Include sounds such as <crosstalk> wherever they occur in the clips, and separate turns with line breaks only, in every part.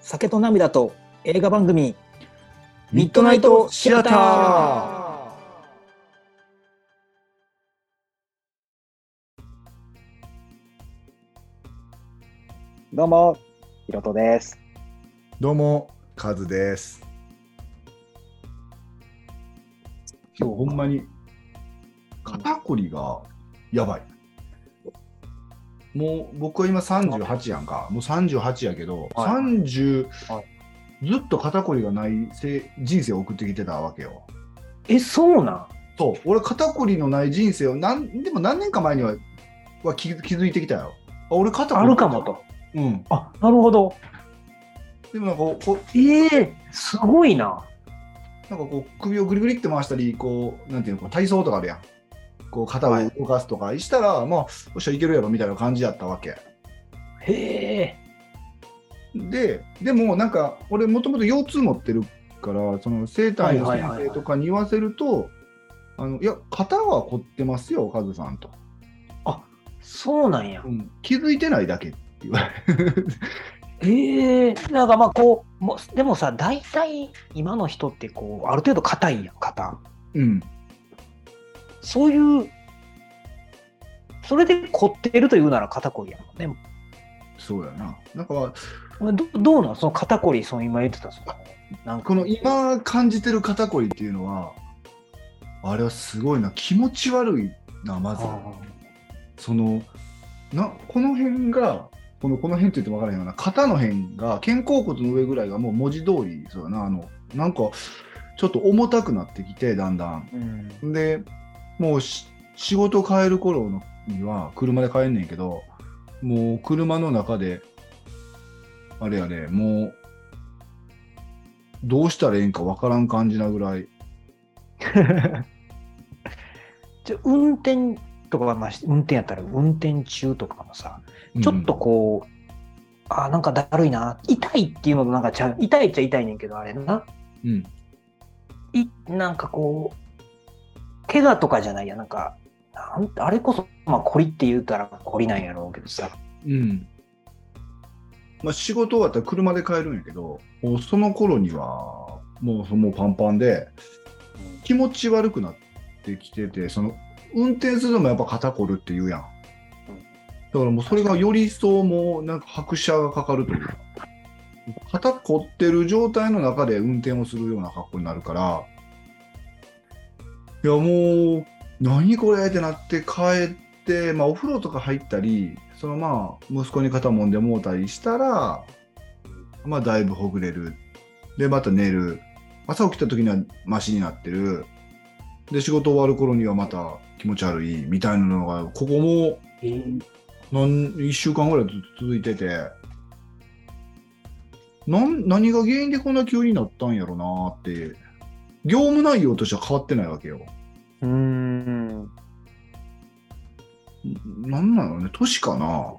酒と涙と映画番組
ミッドナイトシアター
ーどうもひろとです
どうも、カズです。今日ほんまに肩こりがやばい。もう僕は今38やんか。もう38やけど、
はい
30、
は
ずっと肩こりがないせ人生を送ってきてたわけよ。
えそうなん
そう、俺肩こりのない人生をなんでも何年か前にはは気気づいてきたよ。あ俺肩こ
あ
り
るかも。と
うん。
あなるほど
でもなんかこう
ええすごいな
なんかこう首をぐりぐりって回したり、こうなんていうのこう体操とかあるやん。こう肩を動かすとかしたら、まあ、よっしゃいけるやろみたいな感じやったわけ。
へえ
で、でもなんか俺もともと腰痛持ってるから、その整体の
はいはいはいは
先生
い
とかに言わせると、あのいや肩は凝ってますよ、カズさんと、
そうなんや
うん気づいてないだけって言われる。 <laughs>
ええなんかまあこうもでもさ大体今の人ってこうある程度硬いやん肩
うん。
そういう、それで凝ってるというなら肩こりやもんね。
そうやな。なんか
どどうなんその肩こり、その今言ってたそのなんか
この今感じてる肩こりっていうのは、あれはすごいな、気持ち悪いな、ま
あ
ず。
ー
そのなこの辺がこのこの辺って言っても分からへんような肩の辺が肩甲骨の上ぐらいがもう文字通りそうだなあのなんかちょっと重たくなってきてだんだん
うん
でもうし仕事変える頃のには車で帰んねんけどもう車の中であれやねもうどうしたらええんか分からん感じなぐらい
じゃあ運転とかは、まあ、運転やったら運転中とかもさ、ちょっとこう、あーなんかだるいな、痛いっていうのとなんかちゃう痛いっちゃ痛いねんけど、あれな、
うん、うん
いなんかこう、怪我とかじゃないや、なんか、なんあれこそ、まあ、こりって言うたらこりなんやろうけどさ、
うん。まあ、仕事終わったら車で帰るんやけど、もうその頃にはもうそもうパンパンで、気持ち悪くなってきてて、その運転するのもやっぱ肩こるって言うやん。だからもうそれがより一層もうなんか拍車がかかるというか、肩こってる状態の中で運転をするような格好になるから、いやもう、何これってなって帰って、まあ、お風呂とか入ったり、そのまあ息子に肩もんでもうたりしたら、まあ、だいぶほぐれる。で、また寝る。朝起きた時にはマシになってるで仕事終わる頃にはまた気持ち悪いみたいなのがここも
えー
何1週間ぐらいずっと続いててなん何が原因でこんな急になったんやろなーって業務内容としては変わってないわけよ
うーん
んなんなのね年かな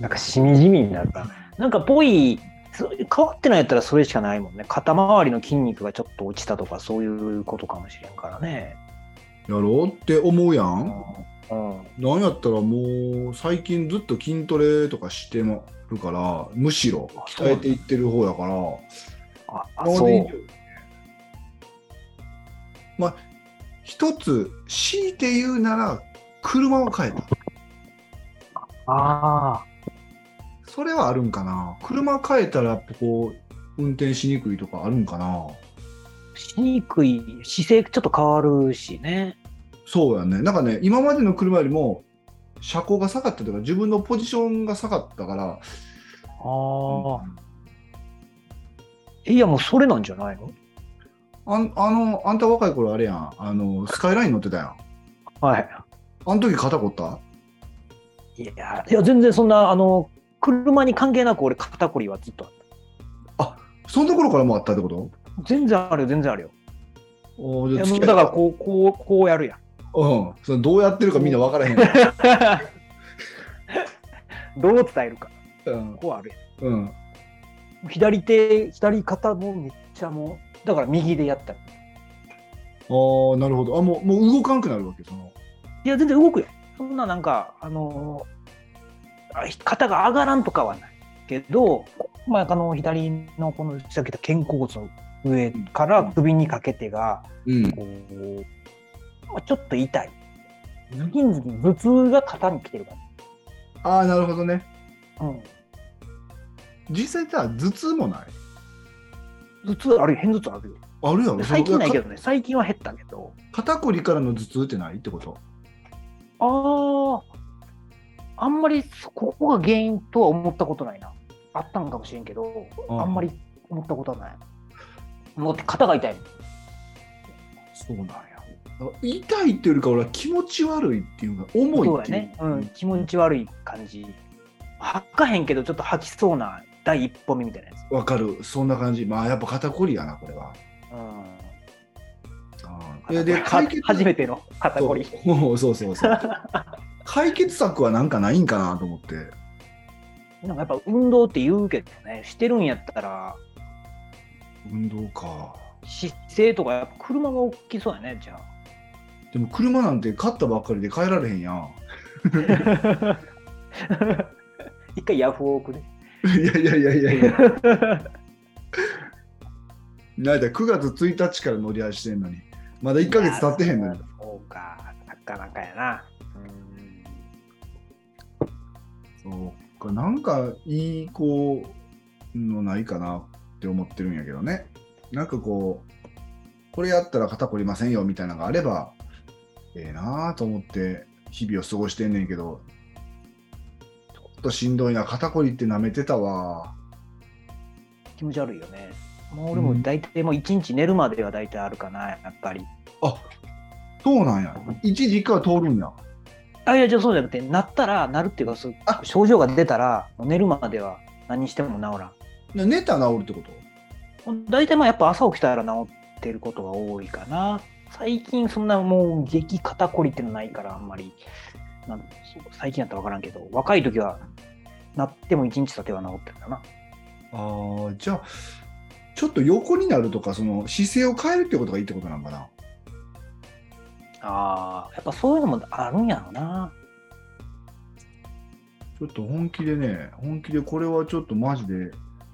なんかしみじみになるな。なんかぽい、そ変わってないやったらそれしかないもんね。肩周りの筋肉がちょっと落ちたとかそういうことかもしれんからね。
やろうって思うや
うんん。
なんやったらもう最近ずっと筋トレとかしてもるからむしろ鍛えていってる方やから
あ、あ
顔で
そ
言
う
うよ。ねまあ、一つ、強いて言うなら、車を変えた。
あ
それはあるんかな。車変えたら、やっぱこう、運転しにくいとかあるんかな。
あ、しにくい、姿勢ちょっと変わるしね。
そうやね。なんかね、今までの車よりも、車高が下がったとか、自分のポジションが下がったから、
ああ。いや、もうそれなんじゃないの
あんあの、あんた若い頃あれやん、あの、スカイライン乗ってたやん。
はい。
あの時肩こった
いや、いや全然そんな、あの、車に関係なく俺肩こりはずっとあっ
その頃からもうあったってこと
た。全然あるよ、全然あるよ。
おー
い
じゃ
や
あ
もう
付き合
だからこう、こう、こうやるやん。
うん、それどうやってるかみんな分からへん。
<laughs> どう伝えるか。
うん、
こうあるやん。
うん、
左手、左肩もめっちゃもう、だから右でやったり。
ああ、なるほど。あ、もう、もう動かんくなるわけ、その。
いや、全然動くよ。そんななんか、あのー肩が上がらんとかはないけど、まあ、あの左のこのさっき言った肩甲骨の上から首にかけてが
うん
こう、まあ、ちょっと痛いズキンズキン頭痛が肩に来てる感
ああなるほどね
じ、うん、
実際さ頭痛もない
頭痛あるよ偏頭痛あるよ
あるやろ
最近ないけ
ど
どね最近は減ったけど
肩こりからの頭痛ってないってこと
あああんまりここが原因とは思ったことないなあったんかもしれんけど
あ
あんまり思ったことはないもうだって肩が痛いもん
そうなんやあ痛いっていうよりか俺は気持ち悪いっていうか
そ
重
う
いっ
だ
ていう
ね、うん、気持ち悪い感じ吐かへんけどちょっと吐きそうな第一歩目みたいなやつ、
わかるそんな感じまあやっぱ肩こりやなこれは
うん
あ
肩
ー
こり
えで
は
解
<laughs>
決
初めての肩こり
そうもう <laughs> そうそうそう解決策はなんかないんかなと思って
なんかやっぱ運動って言うけどねしてるんやったら
運動か
姿勢とかやっぱ車が大きそうやねじゃ
でも車なんて買ったばっかりで買えられへんやん <laughs>
あ一回ヤフオクで
いやいやいやいやいやなんだ9月1日から乗り合いしてんのにまだ1か月経ってへんの
い
に
やそうかなかなかやなうん
そうかなんかいいこうのないかなって思ってるんやけどねなんかこうこれやったら肩こりませんよみたいなのがあればええなあと思って日々を過ごしてんねんけどちょっとしんどいな肩こりって舐めてたわ
気持ち悪いよねもう俺も大体もう一日寝るまでは大体あるかなやっぱり
そうなんや一時一回は通るんや
あいやじゃあそうじゃなくてなったらなるっていうかそう
あ
症状が出たらもう寝るまでは何しても治らん
で寝たら治るってこと
大体まあやっぱ朝起きたら治ってることが多いかな最近そんなもう激肩こりっていうのないからあんまりなんそう最近やったら分からんけど若い時はなっても一日経ては治ってるかな
ああじゃあちょっと横になるとかその姿勢を変えるってことがいいってことなんかな
あやっぱそういうのもあるんやろな
ちょっと本気でね、本気でこれはちょっとマジで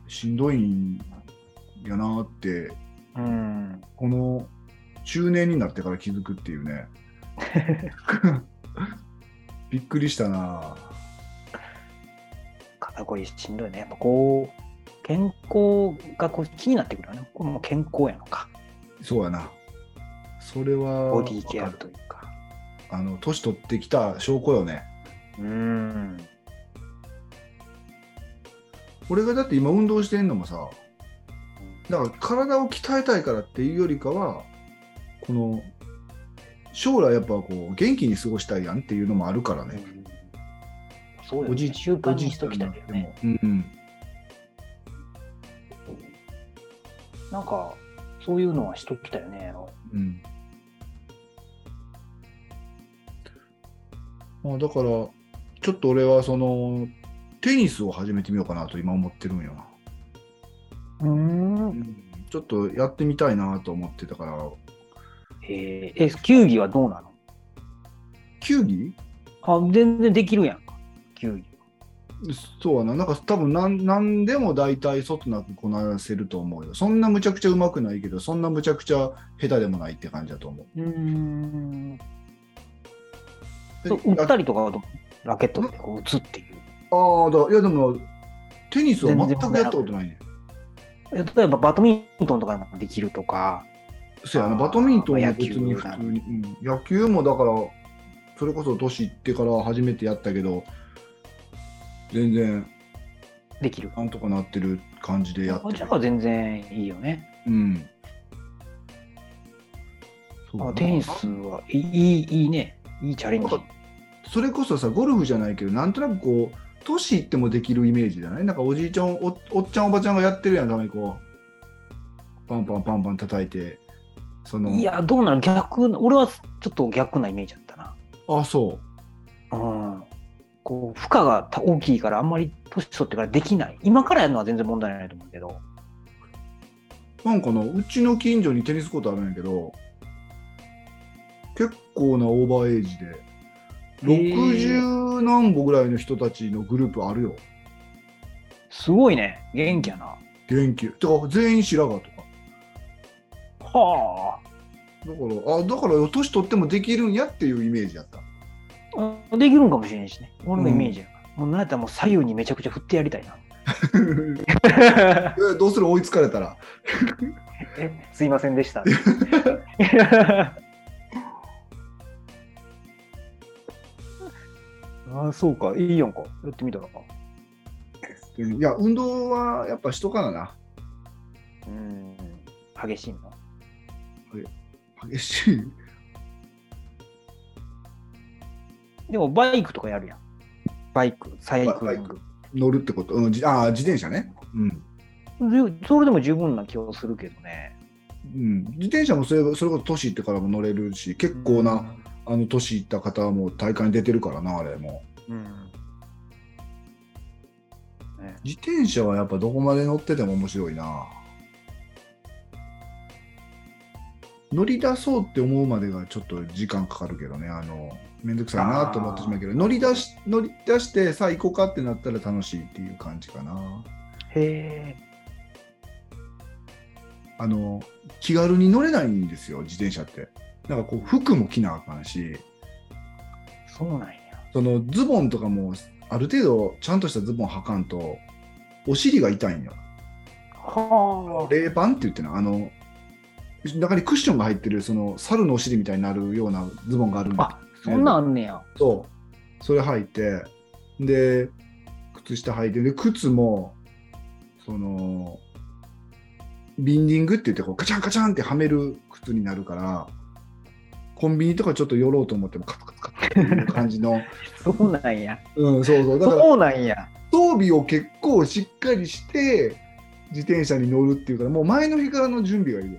しんどいんやなーって、
うん
この中年になってから気づくっていうね。びっくりしたな
肩こりしんどいねやっぱこう健康がこう気になってくるよねこれも健康やのか
そうやな。それは
ボディケア
わかる
というか
あの、年取ってきた証拠よね。
うん
俺がだって今運動してんのもさ、だから体を鍛えたいからっていうよりかは、この、将来やっぱこう元気に過ごしたいやんっていうのもあるからね。
そうよ、ね、
おじい
習慣にしときたいよね
おじいちゃんになってもうん
なんか、そういうのはしときたよね。
うんまあ、だからちょっと俺はそのテニスを始めてみようかなと今思ってるんよな、
うーん。
ちょっとやってみたいなと思ってたから
えーえ、球技はどうなの
球技
あ、全然できるやんか。球技。
そうやななんか多分なん何でも大体そつなくこなせると思うよそんなむちゃくちゃうまくないけどそんなむちゃくちゃ下手でもないって感じだと思
うーん。
う
そう
え
打ったりとかはどうラケットってこう打つっていう。
ああだいやでもテニスは全くやったことないね
え例えばバドミントンとかでもできるとか。
そうや
あ
な、
ー
バドミントン
まあ
は別に
野球
普
だ
通に、うん野球もだから、それこそ年いってから初めてやったけど、全然
できる。
なんとかなってる感じでやっ
あ
て
じ
る
ゃ。あ全然いいよね。
うん。そうだ
あ
な
テニスはいいいいいいね。いいチャレンジ。
それこそさ、ゴルフじゃないけど、なんとなくこう、年いってもできるイメージじゃないなんかおじいちゃんお、おっちゃん、おばちゃんがやってるやん、たまにこう、パンパンパンパン叩いて、その、
いや、どうなる逆、俺はちょっと逆なイメージだったな。
あ、そう。
うんこう負荷が大きいからあんまり年取ってからできない今からやるのは全然問題ないと思うけど
なんかな、うちの近所にテニスコートあるんやけど、結構なオーバーエイジで、 60何歩ぐらいの人たちのグループあるよ。
すごいね。元気やな。
元気。てか、全員白髪とか。
は
だから、あ、だから、年取ってもできるんやっていうイメージやった。
ああ。できるんかもしれんしね。俺のイメージやから。もうなんやったらもう左右にめちゃくちゃ振ってやりたい
<laughs>
な。
えどうする追いつかれたら。
え、すいませんでした。 <laughs> ああ、そうか。いいやんか。やってみたら。
いや、運動はやっぱしとかなな。
うん。激しいな。
激しい。
でもバイクとかやるやん。バイク、サイク
バ
リ
イ
ン
ク
グ。
乗るってこと。うん、じあー、自転車ね。うん。
でそれでも十分な気はするけどね。
うん、自転車もそれそれこそ年行ってからも乗れるし、結構な、あの年行った方も大会に出てるからな、あれも。
うん。うん。ね、
自転車はやっぱどこまで乗ってても面白いな。乗り出そうって思うまでがちょっと時間かかるけどね、あの、めんどくさいなと思ってしまうけど、乗り出し、乗り出して、さあ行こうかってなったら楽しいっていう感じかな。
へえ。
あの、気軽に乗れないんですよ、自転車って。なんかこう、服も着なあかんし、
そうなんや。
そのズボンとかも、ある程度ちゃんとしたズボン履かんと、お尻が痛いんよ。
は
冷板って言ってな、あの、中にクッションが入ってる、その、猿のお尻みたいになるようなズボンがあるん
あ。
だ
あ、そんなんあんねや。
けど、それ履いて、で、靴下履いて、で、靴も、その、ビンディングって言って、こう、カチャンカチャンってはめる靴になるから、コンビニとかちょっと寄ろうと思っても、カツカツカツっていう感じの、
<laughs> そうなんや。
うん、そうそう。だから、
そうなんや。
装備を結構しっかりして、自転車に乗るっていうから、もう前の日からの準備がいる。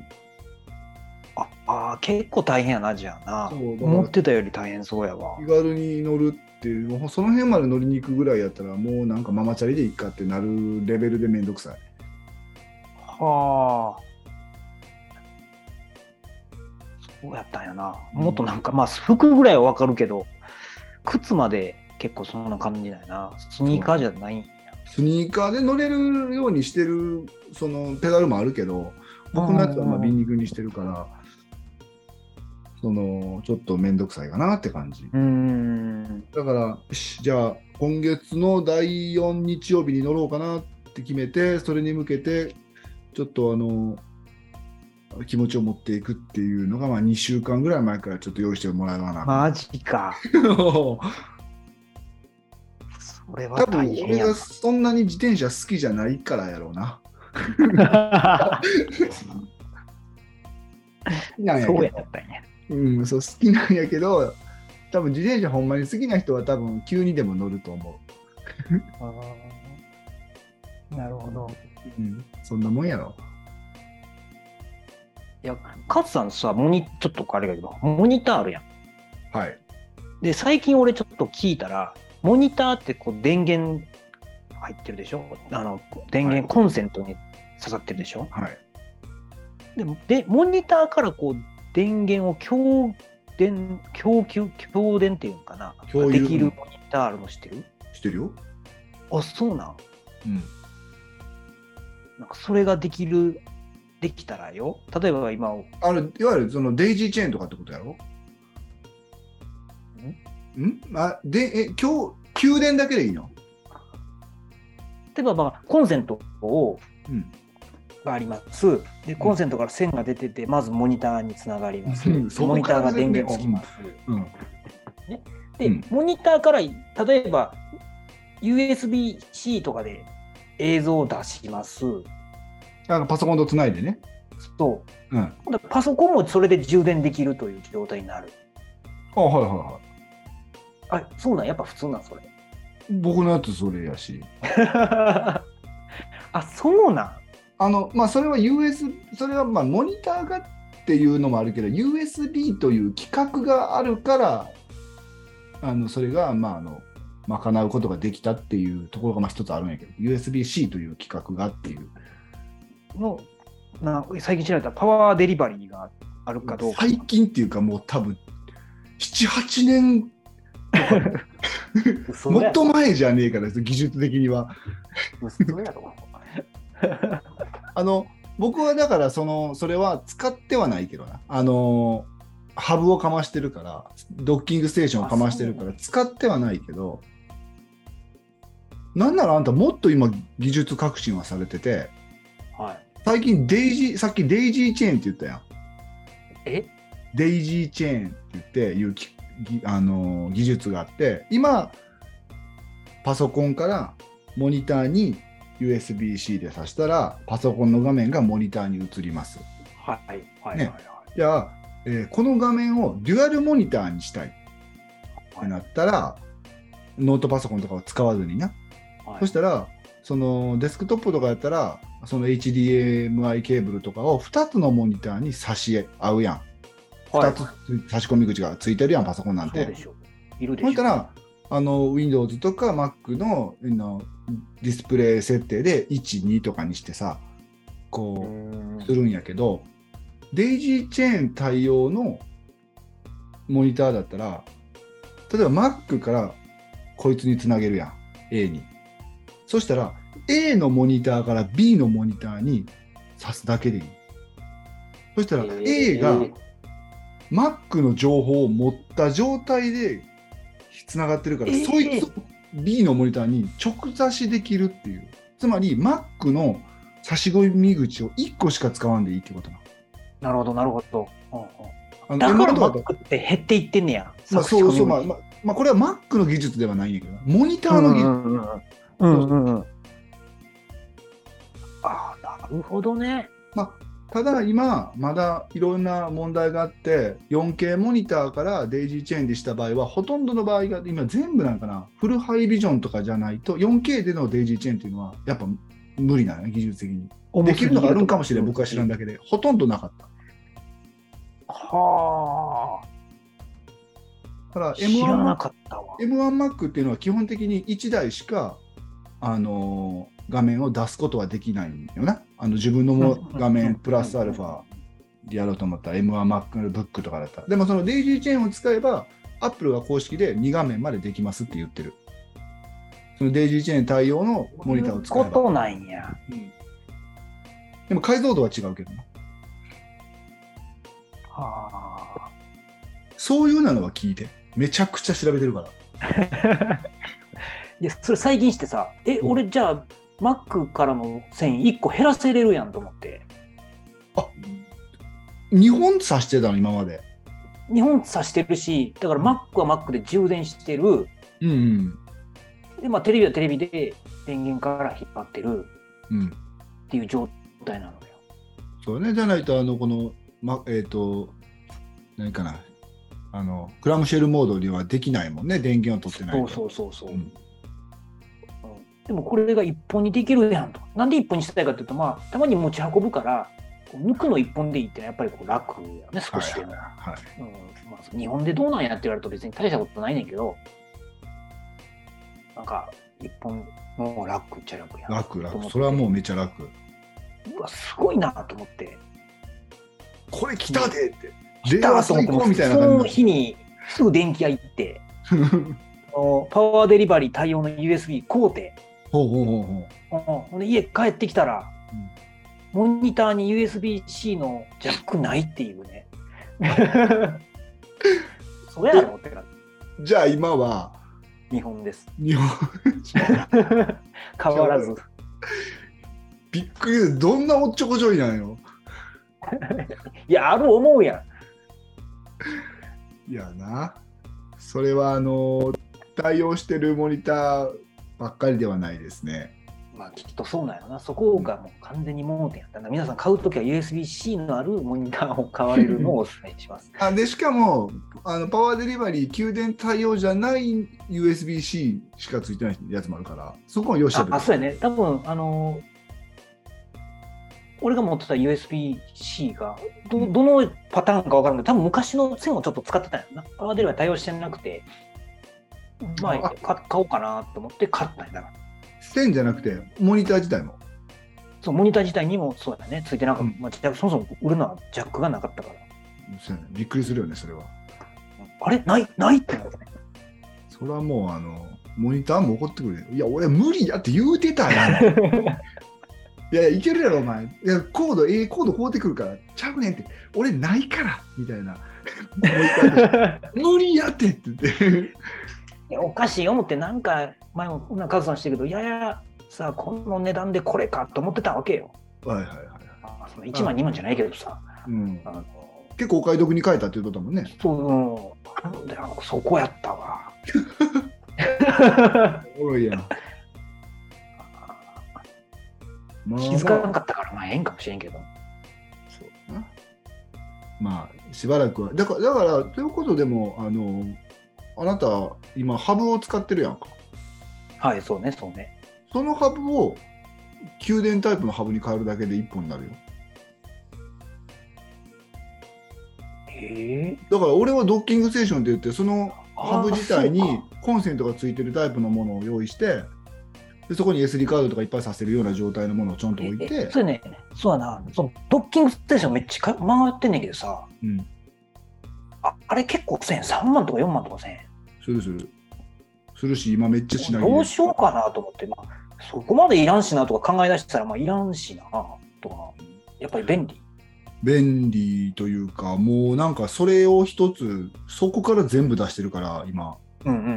ああー、結構大変やな、じゃあな。
そうだから
思ってたより大変そうやわ
気。軽に乗るっていうもうその辺まで乗りに行くぐらいやったらもうなんかママチャリでいいかってなるレベルでめんどくさい
はあ。そうやったんやな。もっとなんか、まあ、服ぐらいはわかるけど、靴まで結構そんな感じないな。スニーカーじゃないんや。
スニーカーで乗れるようにしてるそのペダルもあるけど僕のやつはまあ
うん
ビンニクにしてるからそのちょっとめんどくさいかなって感じ
うーん。
だからよしじゃあ今月の第4日曜日に乗ろうかなって決めてそれに向けてちょっとあの気持ちを持っていくっていうのが、まあ、2週間ぐらい前からちょっと用意してもらわなあかん
マ
<laughs>
ジか。それは
多
大
分
変
俺
や
がそんなに自転車好きじゃないからやろうな。
な。
なんや
<laughs>
け
そう
ど
やったんや。
うん、そう好きなんやけど、多分自転車ほんまに好きな人は多分急にでも乗ると思
なるほど。
う。うん、そんなもんやろ。
いや、カツさんさ、モニ、ちょっとあれだけど、モニターあるやん。
はい。
で、最近俺ちょっと聞いたら、モニターってこう電源入ってるでしょあの、電
はい
源コンセントに刺さってるでしょ、
はい。
でで、モニターからこう電源を供電、供給、供電っていうのかな
共有
できるモニターあるの知ってる
してるよ。
あ、そうなん
うん。
なんかそれができる、できたらよ。例えば今、
あれ、いわゆるそのデイジーチェーンとかってことやろんあ、で、え、今日、給電だけでいいの
例えばまあコンセントを
うん。
があります。で、コンセントから線が出てて、まずモニターにつながります。
うんそ
モ
こ
ニタ
から
ーが
全
電
然
源つきます。
うん。
で、
うん
モニターから、例えば USB-C とかで映像を出します。
あのパソコンとつないでね。
と、
うん。あ、
今度パソコンもそれで充電できるという状態になる。
はいはいは
あ、そうなん、やっぱ普通なん、それ。 <laughs>
い。僕のやつそれやし。
あ、そうなん。
あのまあ、それは US、それはまあモニターがっていうのもあるけど、USB という規格があるから、あのそれがまああの賄うことができたっていうところがまあ一つあるんやけど、USB-C という規格がっていう、
のな最近調べたらパワーデリバリーがあるかどうか。
最近っていうか、もう多分7、8年
嘘
も
や
っ
ろ
と前じゃねえからです技術的には
嘘や
<laughs>
ろ。
あの僕はだからそのそれは使ってはないけどなあのハブをかましてるからドッキングステーションをかましてるから使ってはないけどなんならあんたもっと今技術革新はされてて
はい。
最近デイジーさっきデイジーチェーンって言ったやん
え
デイジーチェーンって言っていうきぎあのー技術があって今パソコンからモニターに USB-C で挿したらパソコンの画面がモニターに映ります
はいはいはいはい
ねじゃあ、えーこの画面をデュアルモニターにしたいってなったらノートパソコンとかを使わずにな
はい。
そしたら、そのデスクトップとかやったら、その HDMI ケーブルとかを2つのモニターに差し合うやん。
はい
2つ差し込み口がついてるやん、パソコンなん
そう
て
で。しょ。いるでし
そ
ょ。
したら、あの Windows とか Mac のあのディスプレイ設定で1、2とかにしてさ、
う
こ
ん
うするんやけど、デイジーチェーン対応のモニターだったら、例えば Mac からこいつにつなげるやん A にそしたら A のモニターから B のモニターに挿すだけでいいそしたら
えー
A が Mac の情報を持った状態でつながってるから、
えー
そいつを B のモニターに直差しできるっていうつまり Mac の差し込み口を1個しか使わんでいいってことな
なるほどなるほど。うんうん
あの
だから
M1 と
マ
だと
ックって減っていってんねや。
まあ、そうそう、まあ
あ、
まあまあ、これは Mac の技術ではないんやけど、モニターの技術、
うんうんうん。ああ、なるほどね。
ただ今、まだいろんな問題があって、4K モニターからデイジーチェーンでした場合は、ほとんどの場合が、今全部なんかな、フルハイビジョンとかじゃないと、4K でのデイジーチェーンっていうのは、やっぱ無理なのね、技術的に。できるのがあるんかもしれん、僕は知らんだけで、ほとんどなかった。
は
だから
あ。知らな
M1Mac
かったわ。
M1Mac っていうのは基本的に1台しか、あのー画面を出すことはできないんだよな。あの自分のも画面プラスアルファ。でやろうと思ったら M1MacBook とかだったらでもそのデイジーチェーンを使えば Apple が公式で2画面までできますって言ってるそのデイジーチェーン対応のモニターを使え
こ
ば
となんや。
でも解像度は違うけどな
は
そういうなのは聞いてめちゃくちゃ調べてるか
あ。
ら
で、それ最近してさ、え、
うん
俺じゃあ、マックからの線1個減らせれるやんと思って。
日本指してたの今まで
日本差してるし、だからマックはマックで充電してる。
うん
で、まあ、テレビはテレビで電源から引っ張ってる
うんうん
っていう状態なのよ。
そうねじゃないとあのこの、ま、えっ、と何かなあのクラムシェルモードにはできないもんね電源を取ってない
そ
と
うそうそうそう。
うん
でもこれが一本にできるやんと。なんで一本にしたいかっていうと、まあ、たまに持ち運ぶから、こう抜くの一本でいいってのはやっぱりこう楽やね、少しでも。
はい
うんまあ、日本でどうなんやって言われると別に大したことないねんけど、なんか一本の楽っちゃ楽やん。
楽
と思っ
楽
て
それはもうめちゃ楽
うわ、すごいなと思って。
これ来たでって。
来
令和最高みたいな
その
感じ
日にすぐ電気屋行って、
だ。
あのパワーデリバリー対応の USB 買うて、
<laughs> ほうほうほうほ
うんほんで家帰ってきたら、
うん
モニターに USB-C のジャックないっていう
<laughs>
ね。そやろってな
う。じゃあ今は
日本
<laughs>
です。
日本
変わらず。
びっくりですどんなおっちょこちょいなんよ。
いや、ある思うや
いやな。それはあの対応してるモニターばっかりではないですね。
ん。まあ、きっとそうなんやろな。そこがもう完全に盲点やったな。皆さん買うときは USB-C のあるモニターを買われるのをお勧めし
<laughs>
ます。
あでしかもあのパワーデリバリー給電対応じゃない USB-C しかついてないやつもあるからそこも用意して
あ
る
あ、そうやね。多分あのー俺が持ってた USB-C がど、どのパターンか分からんけど、多分昔の線をちょっと使ってたんやろな。パワーデリバリー対応してなくて、まあ、
あ
か買おうかなと思って買ったんやだから。
線じゃなくてモニター自体も。
そう、モニター自体にもそうだね、ついてなかった。
うん
まあ、ジャックそもそも売るのはジャックがなかったから。
そうやねびっくりするよねそれは。
あれないないってなるね。
そこれはもうあのモニターも怒ってくれいや俺無理やって言うてたや
<laughs>
んい <laughs> やいやいけるやろお前いやコード A コードこうてくるからちゃうねんって俺ないからみたい
<laughs>
なモニターで無理やってって <laughs> 言って
いやおかしいよ思ってなんか前もなんかカズさんしてるけどいやいやさあこの値段でこれかと思ってたわけよ
はいはいはい、
あその1万2万じゃないけどさ
うん、
あの
結構お買い得に書いたって言うとったもんね
そううんなんだよそこやったわ
<laughs> おもろ
<laughs>
いやんまあ
気づかなかったからまあええんかもしれんけど
そうなまあしばらくはだからだからということでもあのあなた今ハブを使ってるやんか
はいそうねそうね
そのハブを給電タイプのハブに変えるだけで1本になるよ
ええ
だから俺はドッキングステーションって言ってそのハブ自体
あそう
に
か
コンセントがついてるタイプのものを用意してでそこに SD カードとかいっぱいさせるような状態のものをちょんと置い
ええ
て、
そうやねそうやなそのドッキングステーションめっちゃ回ってんねんけどさ
うん、
ああれ結構せん3万とか4万とかせん
するするするし今めっちゃ品切れ
どうしようかなと思って、まあ、そこまでいらんしなとか考え出したら、まあ、いらんしなとか、やっぱり便利。
便利というかもうなんかそれを一つそこから全部出してるから今、
うんうんうん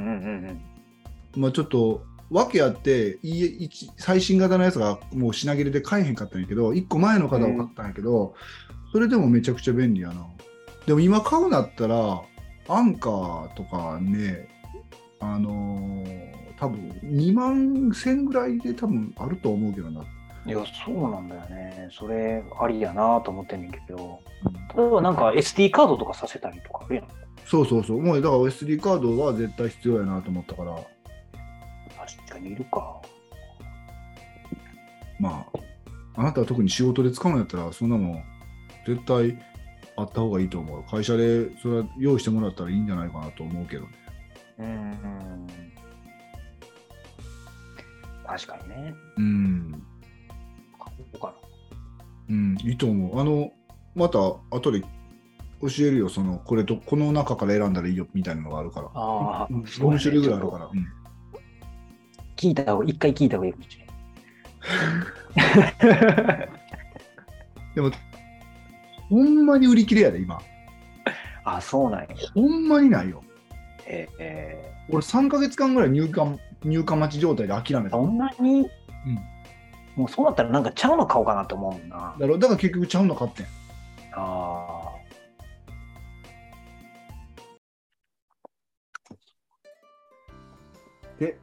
うん
まあ、ちょっと訳あっていい一最新型のやつがもう品切れで買えへんかったんやけど1個前の型を買ったんやけど、それでもめちゃくちゃ便利やなでも今買うなったらアンカーとかねあのー多分2万1000ぐらいで多分あると思うけどな、
うん。いや、そうなんだよね。それ、ありやなと思ってんねんけど、例えばなんか SD カードとかさせたりとかあるやん。
そうそうそうもうだから SD カードは絶対必要やなと思ったから
確かにいるか。
まあ、あなたは特に仕事で使うんやったら、そんなもん、絶対あった方がいいと思う。会社でそれは用意してもらったらいいんじゃないかなと思うけどね。
うん。確かにね。
うん、
買おうか
うん、いいと思う。あの、また後で教えるよ、その、これと、この中から選んだらいいよみたいなのがあるから。
な。ああ、
うん
そうやね
4種類ぐらいあるから。うん
聞いた方が、一回聞いた方がいいかもしれ <laughs> ない。
ほんまに売り切れやで、今。
あ、そうなんや。
ほんまにないよ。
ええ
俺、3ヶ月間ぐらい入荷、入荷待ち状態で諦めた
そ。んなに、もうそうなったらなんかちゃうの買おうかなと思うもんな。
だろだから結局ちゃうの買ってん。
あ
で、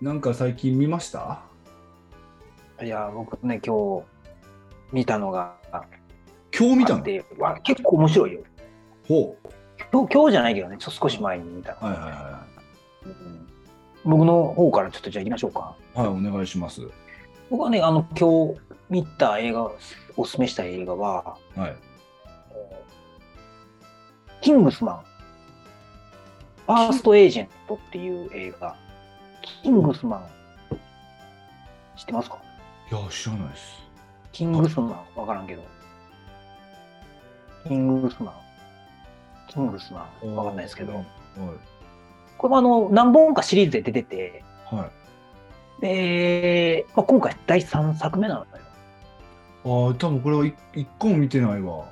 なんか最近見ました
あ。いや、僕ね、今日見たのがあって、
今日見たの
わ結構面白いよ。
ほう。
今日今日じゃないけどね、ちょ少し前に見たの、
はいはいは
うん僕の方からちょっとじゃあ行きましょうか。
い。はい、お願いします。は
僕はね、あの、今日見た映画、おすすめした映画は、
い。
キングスマン、ファーストエージェントっていう映画。キングスマン、知ってますか
いや、知らないです。
キングスマン、わからんけど。キングスマン。キングスマン、わかんないですけど
は。
これもあの、何本かシリーズで出てて、
い。はい。
で、まあ、今回第3作目なのよ。
ああ、多分これは一一個も見てないわ。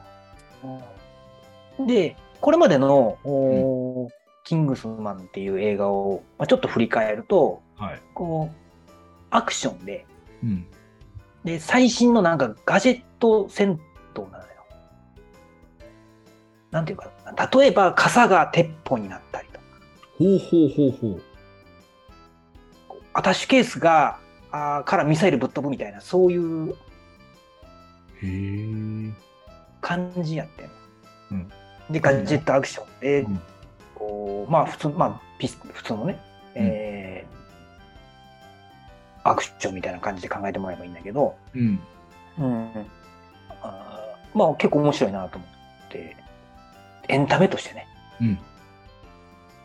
で、これまでの、おーキングスマンっていう映画を、まあ、ちょっと振り返ると、
はい。
こう、アクションで、
うん。
で、最新のなんかガジェット戦闘なのよ。なんていうかな、例えば傘が鉄砲になったりとか、
ほうほうほうほう。
こうアタッシュケースが、あーからミサイルぶっ飛ぶみたいな、そういう
へえ。
感じやってんの
うん
で、ガジェットアクションで、
うん
こうまあ普通、まあピス、普通のね、えーアクションみたいな感じで考えてもらえばいいんだけど、
うん。
うん、あーまあ結構面白いなと思ってエンタメとしてね
うん。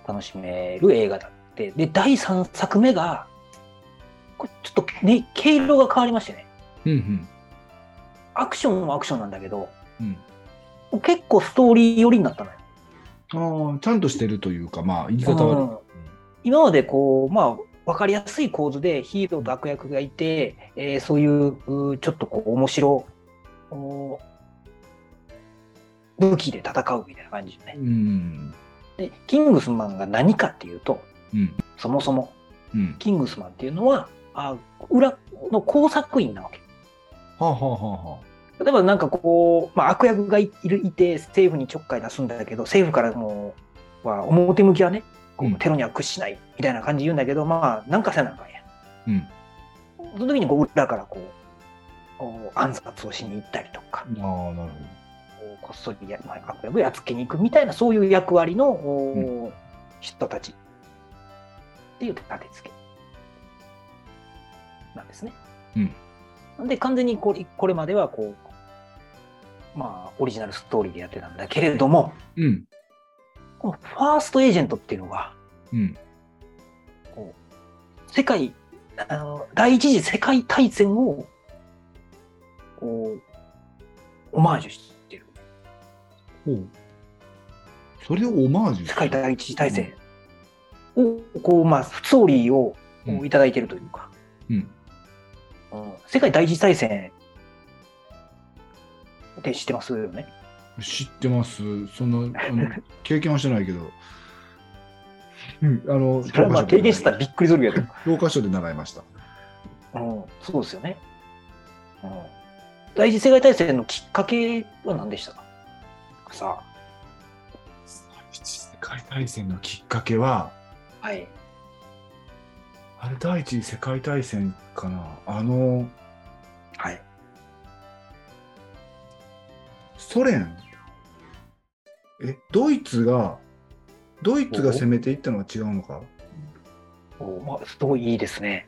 楽しめる映画だってで第3作目がこれちょっとね毛色が変わりましてね
うんうん。
アクションはアクションなんだけど
うん。
結構ストーリー寄りになったのよ
ああ、ちゃんとしてるというか、まあ、言い方
う
悪
ん今までこう、まあ、分かりやすい構図でヒーローと悪役がいて、えーそういううーちょっとこう面白おー武器で戦うみたいな感じよね
い。。うん。
でキングスマンが何かっていうと
うん。
そもそも
うん。
キングスマンっていうのはあ裏の工作員なわけ。
はあ、はあはあはあ、
例えばなんかこう、まあ、悪役がいいるいて政府にちょっかい出すんだけど政府からもうは表向きはねこ
うん
うテロには屈しないみたいな感じ言うんだけど、まあなんかせなあかんやん。
うん。
その時にこう裏からこうこう暗殺をしに行ったりとか、
ああ、なる
こうこっそりやまあ悪役をやっつけに行くみたいなそういう役割の、お人たちっていう立て付けなんですね。
うん
なんで完全にこれこれまではこうまあオリジナルストーリーでやってたんだけれども
ほど。うん。
このファーストエージェントっていうのが
うん。
世界あの第一次世界大戦をこうオマージュしてる
ほう。それをオマージュ
世界第一次大戦をこう、まあ、ストーリーをこ
う
うんいただいてるというか、
うん。
うん世界第一次大戦って知ってますよね
知ってます。そんな、
<laughs>
あの経験はしてないけど。うん。あの、
それはまあ
教科書で
経験してたらびっくりす <laughs> るけ
教科書で習いました。
ど、うん、そうですよね、うん、第一次世界大戦のきっかけは何でしたかさ
世界大戦のきっかけは、
あはい
あれ第一次世界大戦かな。あの、
はい
ソ連えドイツがドイツが攻めていったのは違うのか
おまあすごいいいですね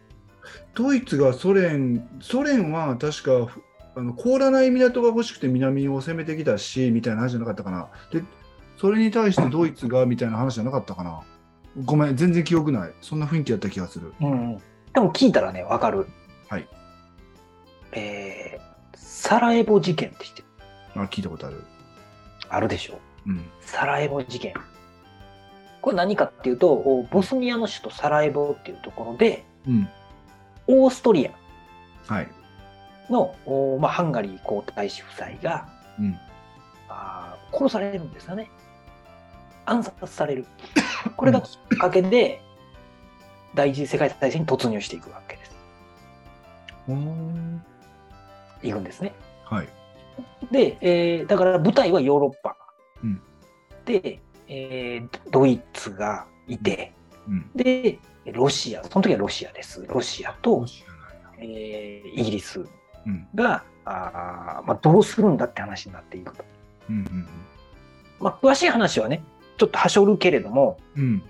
ドイツがソ連ソ連は確かふあの凍らない港が欲しくて南を攻めてきたしみたいな話じゃなかったかなでそれに対してドイツがみたいな話じゃなかったかなごめん全然記憶ないそんな雰囲気やった気がする
うんうん、でも聞いたらね、わかる。
はい。
えー、サラエボ事件って知ってる
あ聞いたことある
あるでしょ
うん
サラエボ事件。これ何かっていうと、おボスニアの首都サラエボっていうところで、
うん
オーストリア
はい
の、おまあ、ハンガリー皇太子夫妻が
うん
あー殺されるんですよね。暗殺さ
<laughs>
れる。これがきっかけで、第一次世界大戦に突入していくわけです。
ほーん
いくんですね。
はい
で、えーだから舞台はヨーロッパ、
うん
で、えードイツがいて、
うん
でロシアその時はロシアですロシアと、
知らないな
えーイギリス
うん
があー、まあ、どうするんだって話になっていくと、
うん
まあ、詳しい話はねちょっとはしょるけれども
うんうん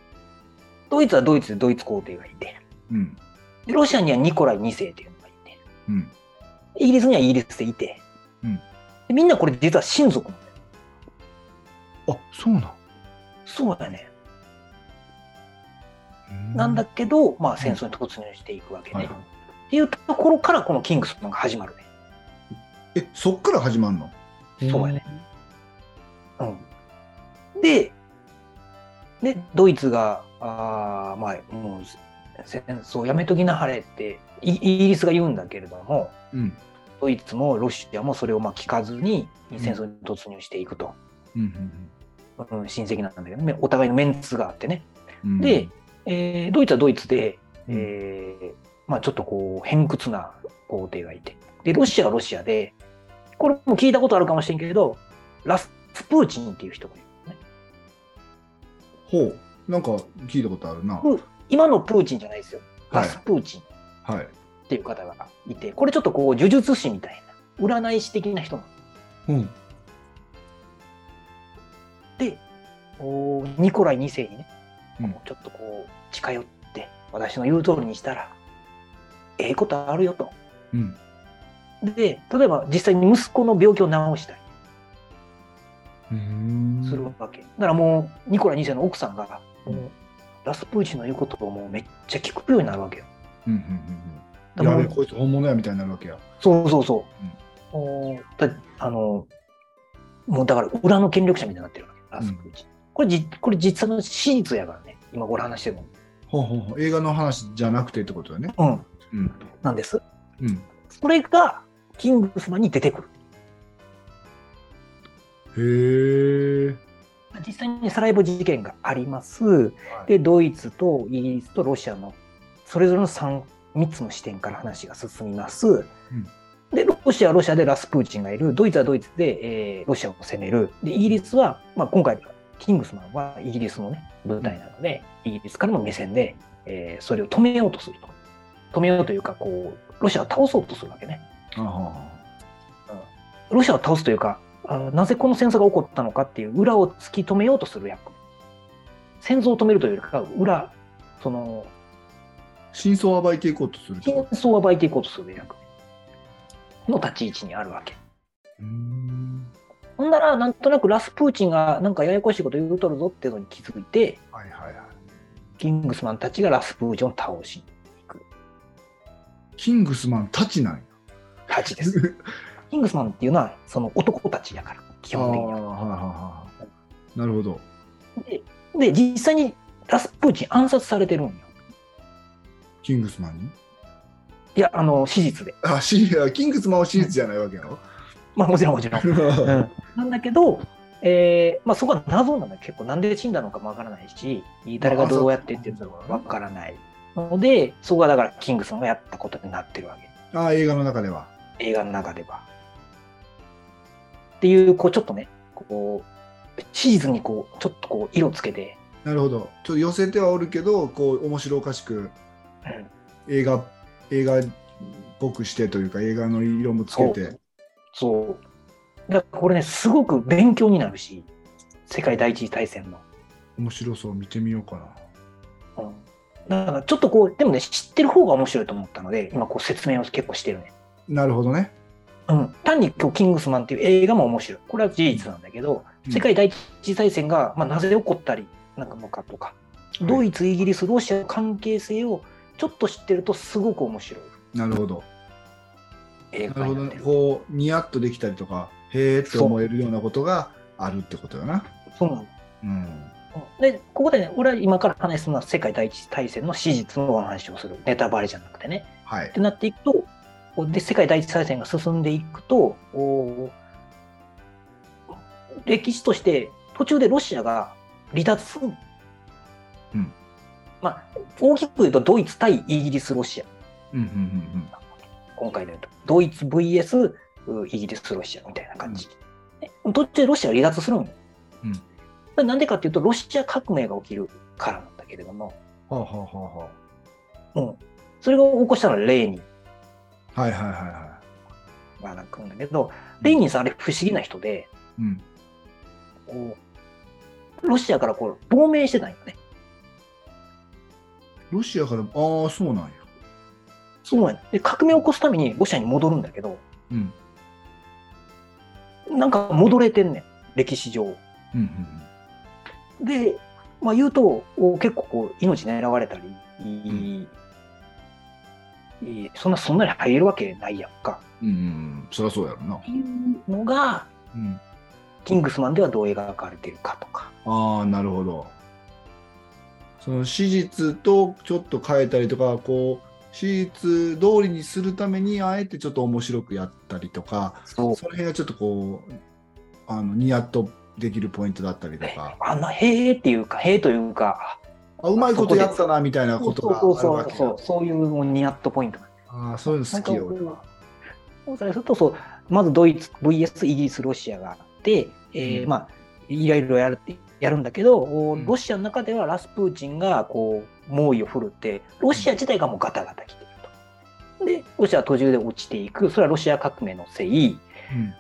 ドイツはドイツでドイツ皇帝がいて
うん
でロシアにはニコライ2世っていうのがいて
うん
イギリスにはイギリスでいて、
うん
でみんなこれ実は親族なんだよ
あそうなん
そうだね
うん
なんだけど、まあ、戦争に突入していくわけね。
はい
っていうところからこのキングスマンが始まるね。
えそっから始まるの
そうやね。うん、ででドイツがあー、まあ、もう戦争やめときなはれってイイギリスが言うんだけれども
うん
ドイツもロシアもそれをまあ聞かずに
ん
戦争に突入していくと、
うん
うん、親戚なんだけどねお互いのメンツがあってね。
うんうん
で、えードイツはドイツで、
うん
えーまあ、ちょっとこう偏屈な皇帝がいてでロシアはロシアでこれも聞いたことあるかもしれんけれどラスプーチンっていう人がいる、ね、
ほうなんか聞いたことあるな、
うん今のプーチンじゃないですよラ
はい
スプーチンっ
はい
ていう方がいてこれちょっとこう呪術師みたいな占い師的な人なの
うん
でおーニコライ2世にね、
うん
こうちょっとこう近寄って私の言う通りにしたらええことあるよと。
うん
で例えば実際に息子の病気を治したり
うーん
するわけ、だからもうニコラ2世の奥さんが、
うん
もうラスプーチンの言うことをもうめっちゃ聞くようになるわけよ
うんうんう
だ
ん
から
や
もう
べこいつ本物やみたいになるわけや
そうそうそう、おーだあのもうだから裏の権力者みたいになってるわけラスプーチン、これじ、これ実際の史実やからね、今これ話してる
ほうほうほう映画の話じゃなくてってことだね。
の。うん。
うん。
なんです。
うん。
それが、キングスマンに出てくる。
へえ。
実際にサラエボ事件があります。
はい
で、ドイツとイギリスとロシアのそれぞれの 3, 3つの視点から話が進みます。
ん
で、ロシアはロシアでラスプーチンがいる、ドイツはドイツで、えーロシアを攻める、でイギリスは、まあ、今回、キングスマンはイギリスの、ね、舞台なので、イギリスからの目線で、えーそれを止めようとすると。止めようというか、こう、ロシアを倒そうとするわけね。
あはは
ロシアを倒すというか、あのなぜこの戦争が起こったのかっていう裏を突き止めようとする役。戦争を止めるというよりか、裏、その、
真相を暴いていこうとするって
真
こ
相を暴いていこうとする役の立ち位置にあるわけ。
と。うーん
ほんなら、なんとなくラスプーチンがなんかややこしいこと言うとるぞっていうのに気づいて、
はいはいはい。
キングスマンたちがラスプーチンを倒し、
キングスマンたちなんや。
たち
<laughs>
です。キングスマンっていうのは、その男たちやから、基
ああ、
本
は
的
い
に
はい
は。
はいはい。なるほど。
で、実際にラスプーチン暗殺されてるんよ。
キングスマンに
いや、あの、史実で。
あ、し、キングスマンは史実じゃないわけやろ。
まあ、もちろんもちろん。なんだけど、えーまあ、そこは謎なんだよ結構なんで死んだのかもわからないし誰がどうやってっていうのはわからないのでそこはだからキングさんがやったことになってるわ
ああ、映画の中では。
け映画の中では。っていうこうちょっとねこうシリーズにこうちょっとこう色つけて、
なるほど。ちょっと寄せてはおるけど、こう、面白おかしく
うん
映画、映画っぽくしてというか、映画の色もつけて。
そうだからこれねすごく勉強になるし世界第一次大戦の。
面白そう見てみようかな。
うんだからちょっとこうでもね知ってる方が面白いと思ったので今こう説明を結構してるね。
なるほどね。
うん、単に今日「キングスマン」っていう映画も面白いこれは事実なんだけど、世界第一次大戦が、まあ、なぜ起こったりなんかのかとか、
はい
ドイツイギリスロシアの関係性をちょっと知ってるとすごく面白い
なるほど。
映
な
画
るほ
にな
ど
って
ね。
る
こう、ニヤッとできたりとか、へえって思えるようなことがあるってことよな。
そうなの
うん。
でここでね俺は今から話すのは世界第一次大戦の史実のお話をするネタバレじゃなくてね
は
っ
い。
てなっていくとこうで世界第一次大戦が進んでいくとこう歴史として途中でロシアが離脱する、
うん
まあ、大きく言うとドイツ対イギリス・ロシア
うんうんうん
今回で言うとドイツ VS うイギリス・ロシアみたいな感じ、で途中でロシアは離脱するのよ
うん
でなんでかっていうとロシア革命が起きるからなんだけれども、
うん。はあ、はあはあは
うん、それが起こしたのはレーニン
あ、はいはいはいは
がなんかなんだけどレーニンさんあれ不思議な人で、
い。うん。
こう、ロシアからこう亡命してたんよね。
ロシアから、ああ、そうなんや。
そうやね。で、革命を起こすためにロシアに戻るんだけど、
うん。
なんか戻れてんねん、歴史上。
うんうん
で、まあ言うと、お結構こう、命狙われたり、いいそんな、そんなに入れるわけないやんか。
うん。うんうん。そりゃそうやろな
っ。ていうのが、
うん。
キングスマンではどう描かれてるかとか。
ああ、なるほど。その史実とちょっと変えたりとか、こう、史実通りにするために、あえてちょっと面白くやったりとか、
そう。
その辺がちょっとこう、あの、ニヤッとできるポイントだったりとか、
あんな、へえっていうか、へえというか、
あうまいことやったな、みたいな
そ
こ
う
と
そう
が
そう
ある
そ
わ
うそ
け
う、
だ。
そういうもうニヤッとポイント。
ああ、そういうの好きよ、俺は。
そうそれするとそうまずドイツ VS イギリスロシアがあって、えー
うん
まあいろいろやるやるんだけど、お
うん
ロシアの中ではラスプーチンがこう猛威を振るってロシア自体がもうガタガタきてると。でロシアは途中で落ちていくそれはロシア革命のせい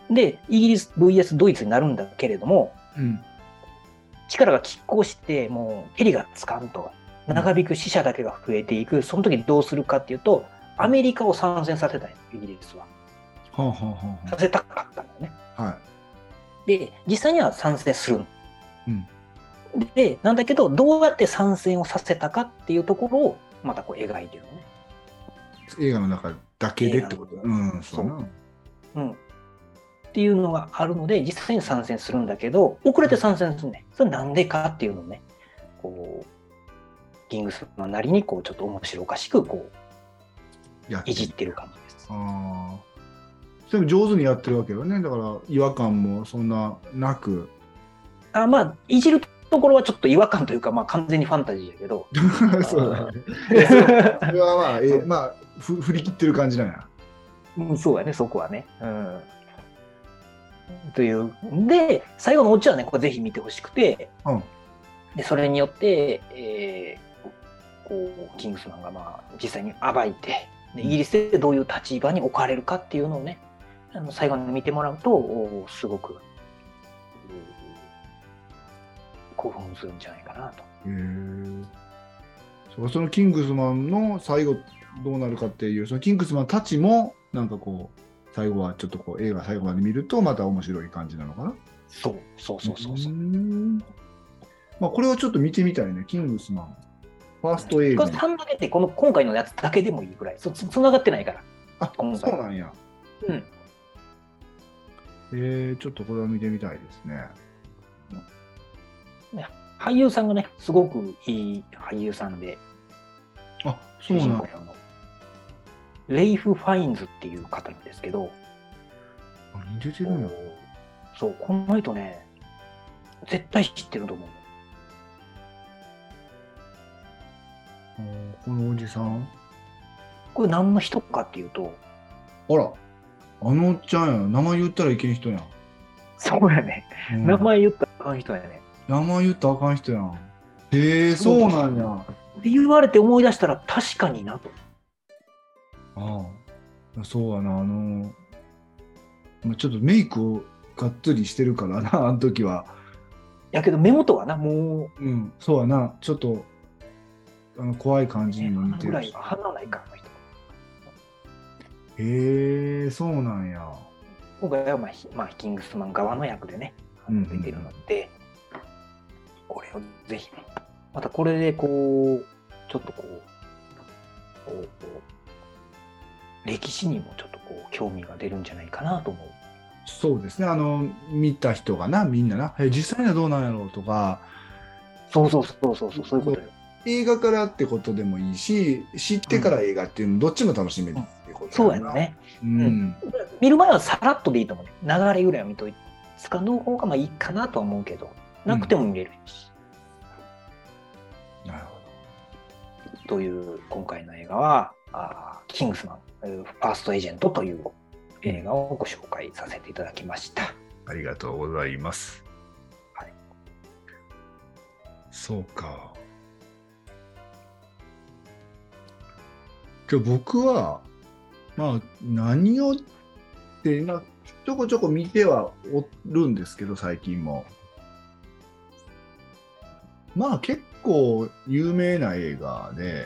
うん。
でイギリス VS ドイツになるんだけれども
うん。
力が拮抗してもうヘリがつかんと長引く死者だけが増えていくその時どうするかっていうとアメリカを参戦させたいイギリスは。
はあ、はあは
させたかったんだよね。
あはあ、は
で、実際には参戦するの。
うん
で、なんだけど、どうやって参戦をさせたかっていうところを、またこう描いてるのね。
い。映画の中だけでってこと
映
だ。
画の
うん、そうな。
うん。っていうのがあるので、実際に参戦するんだけど、遅れて参戦するね。それなんでかっていうのをね、こう、キングスマンなりに、こう、ちょっと面白おかしく、こう、
やって
い
る
じってる感じです。
ああ。それも上手にやってるわけよね。だから違和感もそんななく。
あまあ、いじるところはちょっと違和感というか、まあ、完全にファンタジーやけど、
<laughs> そうだね。えそうそれはまあ、えーまあ、ふ振り切ってる感じなんや。
うん、そうやね、そこはね。うん。という。で、最後のオチはね、これぜひ見てほしくて、
うん
で、それによって、えーこう、キングスマンがまあ、実際に暴いて、でイギリスでどういう立場に置かれるかっていうのをね、あの最後に見てもらうと、おーすごく、うん興奮するんじゃないかなと。
へえ。そうそのキングスマンの最後どうなるかっていう、そのキングスマンたちも、なんかこう、最後はちょっとこう映画最後まで見るとまた面白い感じなのかな。
そう、そうそうそうそうう。
んまあこれをちょっと見てみたいね、キングスマン。ファースト映
こ
画
れ。3だけってこの今回のやつだけでもいいぐらいそつつながってないから
あ、
今
そ
回
うなんや。
うん
えー、ちょっとこれは見てみたいですね。
俳優さんがねすごくいい俳優さんで
あ、そうなんや。
主人公のレイフ・ファインズっていう方なんですけど、
あ似ててるんや。
そうこの人ね絶対知ってると思う
あーこのおじさん。
これ何の人かっていうと
あら、あのおっちゃんや。名前言ったらいけん人やん。
そうやね、
<laughs> うん
名前言ったらあの人やね
名前言ったらあかん人やん。へえ、そうなんや。あ
って言われて思い出したら確かになと
あ。そうやな、あの、まあ、ちょっとメイクをがっつりしてるからな、あ <laughs> の時は。
やけど目元はなもう
うん、そうやな、ちょっと、あの怖い感じにも似
鼻
て
ぐ
る
ら
し
いは鼻ないからあの人
へえ、そうなんや。
今回は、まあひまあ、キングスマン側の役でね
うん
出てるので、これをぜひねまたこれでこうちょっとこうこうこう歴史にもちょっとこう興味が出るんじゃないかなと思う。
そうですね、あの、見た人がな、みんなな、え実際にはどうなんやろうとか、
そうそうそうそうそうそういうことよ。
映画からってことでもいいし、知ってから映画っていうの、どっちも楽しめるっていうこと
そうや
な
ね。
うん。
見る前はさらっとでいいと思うね。流れぐらいは見といつかの方がまあいいかなとは思うけどなくても見れるし、
なるほど。
という今回の映画はあーキングスマンえーファーストエージェントという映画をご紹介させていただきました。
ありがとうございます。
はい。
そうか。今日僕は、まあ、何をって、まあ、ちょこちょこ見てはおるんですけど、最近も。まあ、結構有名な映画で、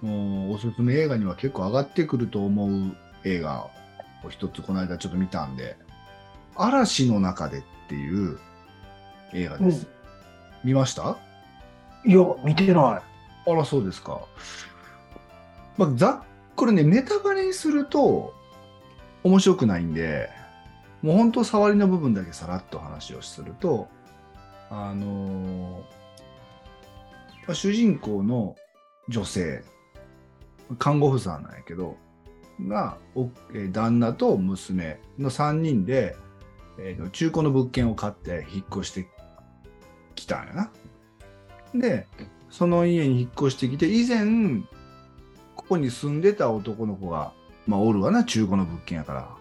もうおすすめ映画には結構上がってくると思う映画を一つこの間ちょっと見たんで、嵐の中でっていう映画です。見ました
いや見てない。
あら、そうですか。まあ、ざっこれね、ネタバレにすると面白くないんで、もう本当触りの部分だけさらっと話をすると、あのーまあ主人公の女性、看護婦さんなんやけど、が、おえー旦那と娘の3人で、えーと中古の物件を買って引っ越してきたんやな。で、その家に引っ越してきて、以前、ここに住んでた男の子が、まあ、おるわな、中古の物件やか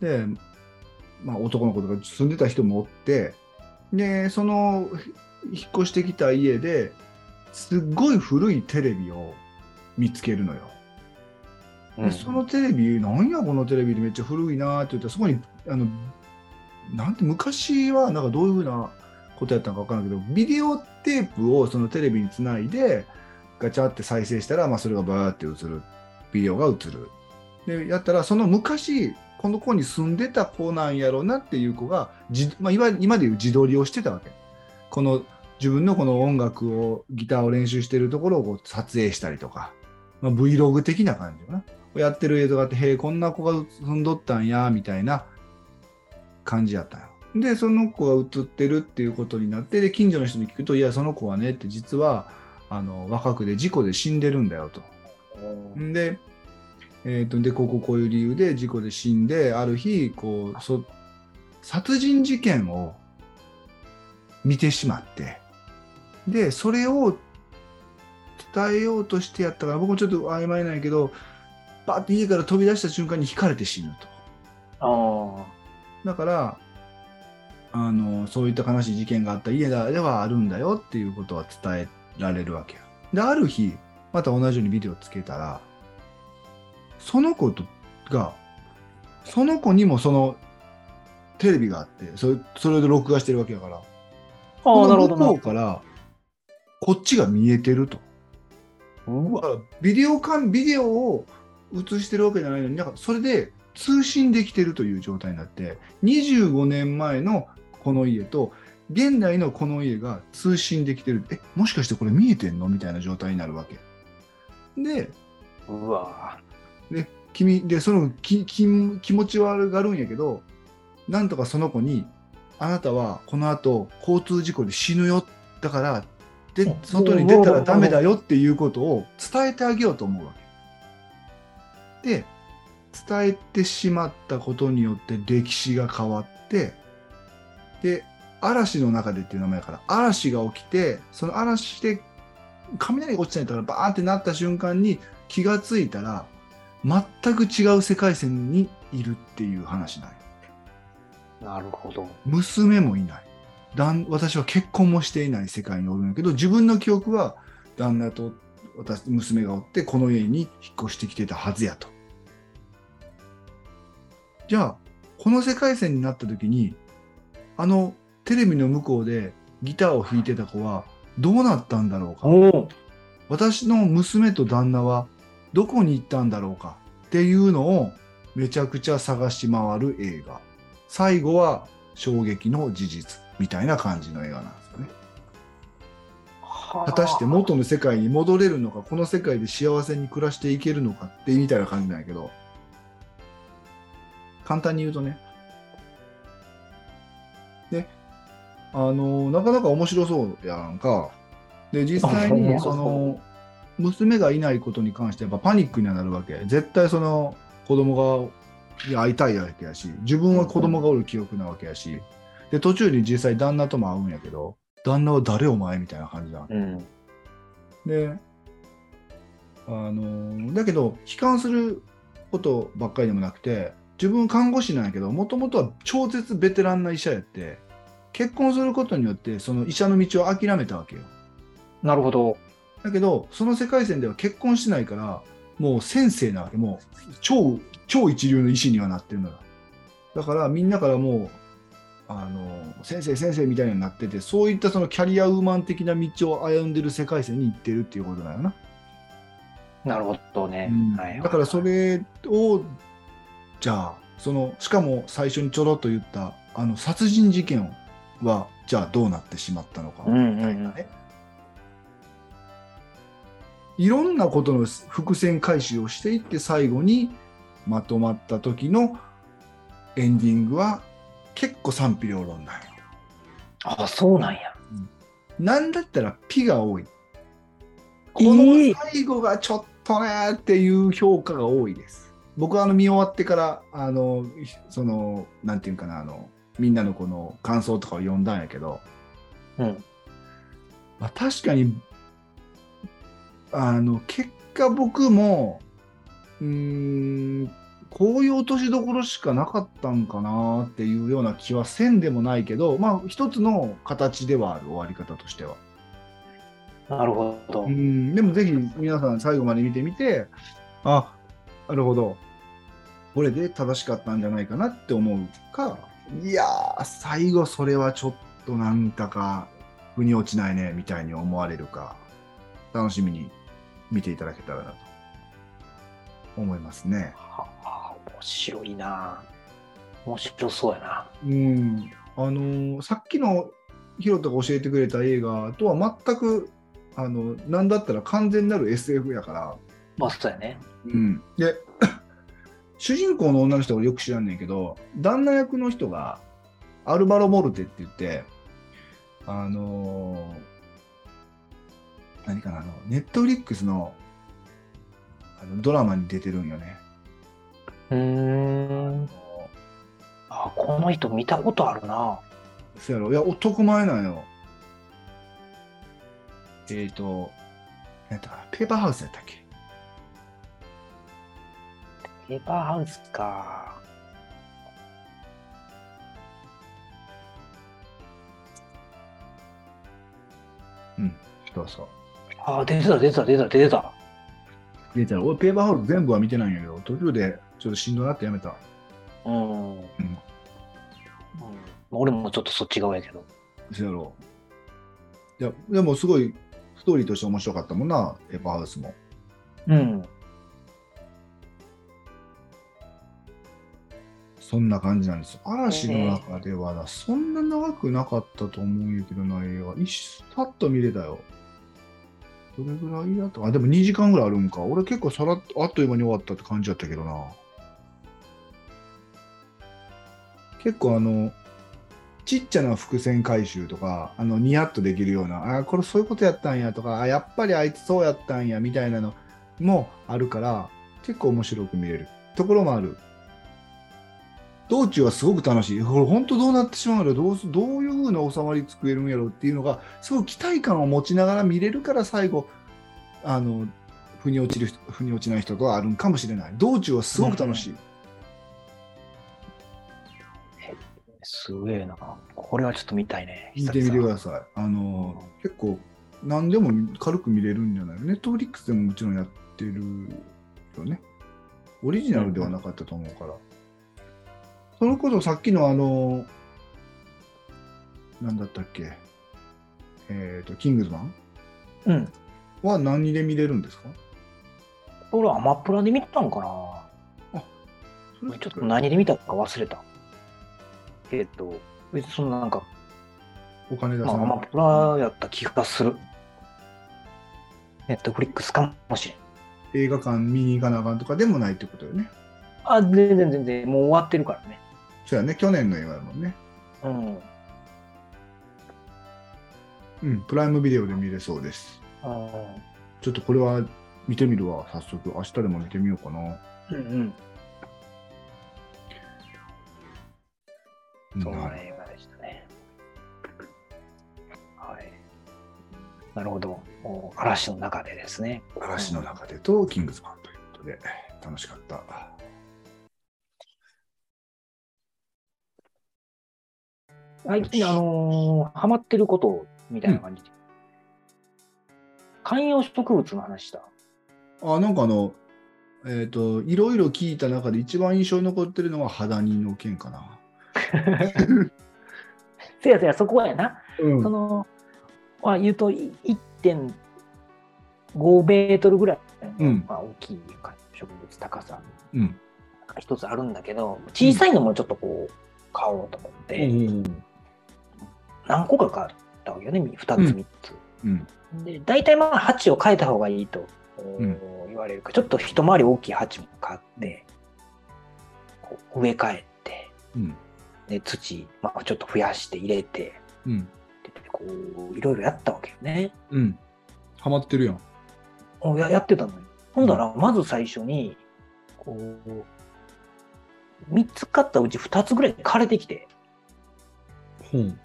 ら。で、まあ、男の子とか住んでた人もおって、で、その、ひ引っ越してきた家で、すっごい古いテレビを見つけるのよ。でそのテレビ、なんやこのテレビでめっちゃ古いなーって言ったら、そこに、あの、なんて昔はなんかどういうふうなことやったのか分からんけど、ビデオテープをそのテレビにつないで、ガチャって再生したら、まあ、それがバーって映る。ビデオが映る。で、やったら、その昔、この子に住んでた子なんやろうなっていう子が、じまあ、いわゆる今でいう自撮りをしてたわけ。この自分のこの音楽を、ギターを練習してるところをこう撮影したりとか、まあ、Vlog 的な感じよな。やってる映像があって、へえ、こんな子が住んどったんや、みたいな感じやったよ。で、その子が映ってるっていうことになって、で、近所の人に聞くと、いや、その子はね、って実は、あの、若くで事故で死んでるんだよと。んで、えー、とでこうこうこういう理由で事故で死んである日こうそ殺人事件を見てしまってでそれを伝えようとしてやったから僕もちょっと曖昧ないけどバーって家から飛び出した瞬間に引かれて死ぬと
あ
だからあのそういった悲しい事件があった家ではあるんだよっていうことは伝えられるわけやである日また同じようにビデオつけたらその子とがその子にもそのテレビがあってそれそれで録画してるわけやから
あー、なるほど
この向こ
な
う。からこっちが見えてると
うわ
だからビデオかビデオを映してるわけじゃないのになんかそれで通信できてるという状態になって25年前のこの家と現代のこの家が通信できてるえもしかしてこれ見えてんのみたいな状態になるわけで
うわ
君でそのきき気持ち悪がるんやけどなんとかその子に「あなたはこのあと交通事故で死ぬよ」だからで
お
外に出たらダメだよっていうことを伝えてあげようと思うわけ。で伝えてしまったことによって歴史が変わってで嵐の中でっていう名前やから嵐が起きてその嵐で雷が落ちてないからバーンってなった瞬間に気がついたら全く違う世界線にいるっていう話なんよ
なるほど。
娘もいない旦私は結婚もしていない世界におるんやけど自分の記憶は旦那と私娘がおってこの家に引っ越してきてたはずやとじゃあこの世界線になった時にあのテレビの向こうでギターを弾いてた子はどうなったんだろうか
おお。
私の娘と旦那はどこに行ったんだろうかっていうのをめちゃくちゃ探し回る映画最後は衝撃の事実みたいな感じの映画なんですよね果たして元の世界に戻れるのかこの世界で幸せに暮らしていけるのかってみたいな感じなんやけど簡単に言うとねであのなかなか面白そうやんかで実際に
あそう
その娘がいないことに関してやっぱパニックにはなるわけ絶対その子供がいや会いたいわけやし自分は子供がおる記憶なわけやしで途中に実際旦那とも会うんやけど旦那は誰お前みたいな感じだ
うん。
で、あのだけど、悲観することばっかりでもなくて、自分看護師なんやけど、もともとは超絶ベテランな医者やって、結婚することによって、その医者の道を諦めたわけよ。
なるほど。
だけど、その世界線では結婚してないから、もう先生なわけ、もう超、超一流の医師にはなってるのだ。だから、みんなからもう、あの先生、先生みたいになってて、そういったそのキャリアウーマン的な道を歩んでる世界線に行ってるっていうことだよな。
なるほどね。
うん
はい、
だからそれをじゃあそのしかも最初にちょろっと言ったあの殺人事件はじゃあどうなってしまったのか
うんうんうん
みたいなね、いろんなことの伏線回収をしていって最後にまとまった時のエンディングは結構賛否両論なんよ
あ、そうなんや。
なんだったら「ピ」が多いこ
い
の
い
最後がちょっとねーっていう評価が多いです。僕はあの見終わってからあのそのなんていうんかなあのみんなのこの感想とかを読んだんやけど、
うん
まあ、確かにあの結果僕もうーんこういう落としどころしかなかったんかなっていうような気はせんでもないけどまあ一つの形ではある終わり方としては。
なるほど
う。ん、でもぜひ皆さん最後まで見てみて、あ、なるほど。これで正しかったんじゃないかなって思うか、いやー、最後それはちょっとなんだか、腑に落ちないね、みたいに思われるか、楽しみに見ていただけたらなと思いますね。
はあ、面白いな。面白そうやな。
うん、あのーさっきのヒロトが教えてくれた映画とは全く、あの、なんだったら完全なる SF やから、
まあそうやね。
うん、で <coughs> 主人公の女の人俺よく知らんねんけど旦那役の人がアルバロ・モルテって言ってあのー何かなあのネットフリックスのあのドラマに出てるんよね
うーん。あ、この人見たことあるな。
そやろいや男前なんよえっ、ー、と何やったかなペーパーハウスやったっけ
ペーパーハウスか。
そうそう
あ、出てた、出てた、出てた、出てた。
出た俺ペーパーハウス全部は見てないんやけど途中でちょっとしんどなってやめた
うん。うん、俺もちょっとそっち側やけど。
そやろいやでもすごいストーリーとして面白かったもんなペーパーハウスも
うん。
そんな感じなんですよ嵐の中ではな、そんな長くなかったと思うんやけどな映画一さっと見れたよどれぐらいやったかあでも2時間ぐらいあるんか俺結構さらっとあっという間に終わったって感じだったけどな結構あのちっちゃな伏線回収とかあのニヤッとできるようなあーこれそういうことやったんやとかあーやっぱりあいつそうやったんやみたいなのもあるから結構面白く見れるところもある道中はすごく楽しいこれ本当どうなってしまうんだろうどうすどういうふうな収まりつくえるんやろうっていうのがすごい期待感を持ちながら見れるから最後あの腑に落ちる人腑に落ちない人とはあるんかもしれない道中はすごく楽しい、
すげえな。これはちょっと見たいね。
見てみてください。あのー結構何でも軽く見れるんじゃないネットフリックスでももちろんやってるよね。オリジナルではなかったと思うから。それこそさっきのあのー、なんだったっけ、えっ、と、キングズマン
い。うん。
は何で見れるんですか
これはアマプラで見たのかな
それ
ちょっと何で見たか忘れた。えっと、別にそんななんか、
お金出
ま
さ
あ、アマ
ない。
プラやった気がする。ネットフリックスかもしれん。
映画館見に行かなあかんとかでもないってことよね。
あ、全然全然、もう終わってるからね。
そうやね、去年の映画だもんね。
うん。
うん、プライムビデオで見れそうです。
あ
ちょっとこれは見てみるわ、早速。明日でも見てみようかな。
ーうんうん。そんな
はい
映画でしたね。はい。なるほど。お嵐の中でですね。
嵐の中でとキングズマンということで、楽しかった。
最近、あのーハマってることみたいな感じで。観葉植物の話した。
あ、なんかあの、えっ、と、いろいろ聞いた中で一番印象に残ってるのは肌にの件か <laughs> な。
せやせや、そこやな。
うん
その、まあ、言うとい1.5メートルぐらいの、
うん
まあ、大きい観葉植物高さ
うん。
が一つあるんだけど、小さいのもちょっとこう、買おうと思って。何個か買ったわけよね、2つ、
うん
3つ。
うん
で、大体まあ、鉢を変えた方がいいと、おー
うん
言われるから、ちょっと一回り大きい鉢も買って、こう植え替えて、
うん。
で土、まあ、ちょっと増やして入れて、
うん。
でこう、いろいろやったわけよね。
うん。ハマってるやん。
おややってたのよ。ほんだら、まず最初に、こう、3つ買ったうち2つぐらい枯れてきて、
ほん。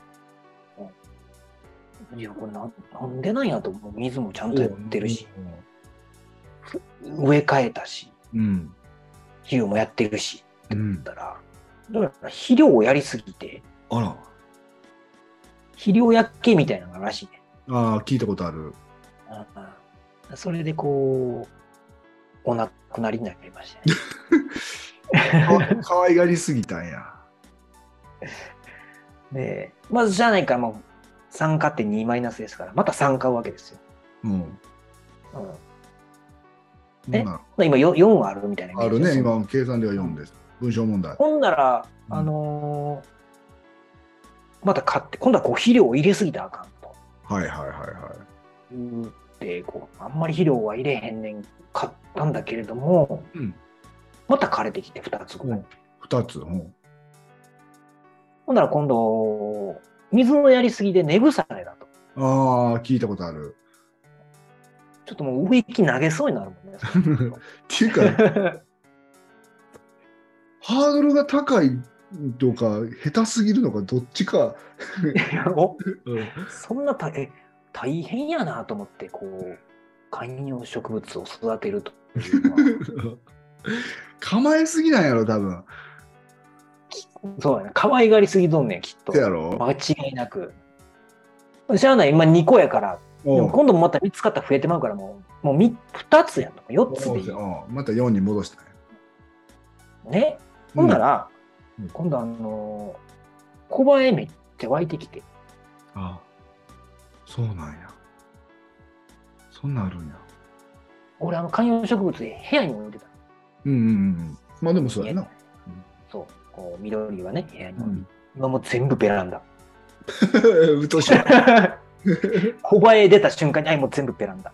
いや、これなんなんでなんやと思う。水もちゃんとやってるし、植え替えたし、
うん。
肥料もやってるし、
う
だ
ん。
から、だから肥料をやりすぎて、
あら。
肥料やっけみたいなのがあるらしいね。
ああ、聞いたことあ <laughs> る。
うんそれでこう、お亡くなりになりま
<laughs>
したね。
か可愛がりすぎたんや。
で、まずじゃないから、もう、酸化って2マイナスですから、また酸化うわけですよ。
うん。
うん
ほんなら
今 4, 4あるみたいなイメ
あ
ー
る
ジです
ね、。今、計算では4です。文章問題。
ほんなら、
うん
あのーまた買って、今度はこう肥料を入れすぎたらあかんと。
はいはいはいはい。
言うてこうあんまり肥料は入れへんねん買っったんだけれども、
うん
また枯れてきて2つぐらい。
2つ。うん
ほんなら今度、水のやりすぎで根腐れだと。
ああ、聞いたことある。
ちょっともう植木投げそうになるもんね。そうなると
って <laughs> いうか、ハードルが高いとか、下手すぎるのか、どっちか。
いやお
うん
そんな大え大変やなと思って、こう、観葉植物を育てるというの
<laughs>
は。
構えすぎなんやろ、多分。
そうやね。可愛がりすぎとんねん、きっと
せ。やろ
間違いなく。しゃあない、今2個やから。で
う
も
ん
今度また見つかったら増えてまうから、もう、もうみ2つやんとか、4つでいい。
うんまた4に戻したね。
ね。ほんなら、
うん
今度あのー、小映えめっちゃ湧いてきて、
うんあそうなんや。そんなんあるんや。
俺あの観葉植物で部屋に置いてた。
うんうんうん。まあでもそうやな。
そう、こう緑はね、部屋に
う
置いて。
ん、
今もう全部ベラ
<laughs>
ンダ。
うとうしい。
小映え出た瞬間に、はい、もう全部ベランダ。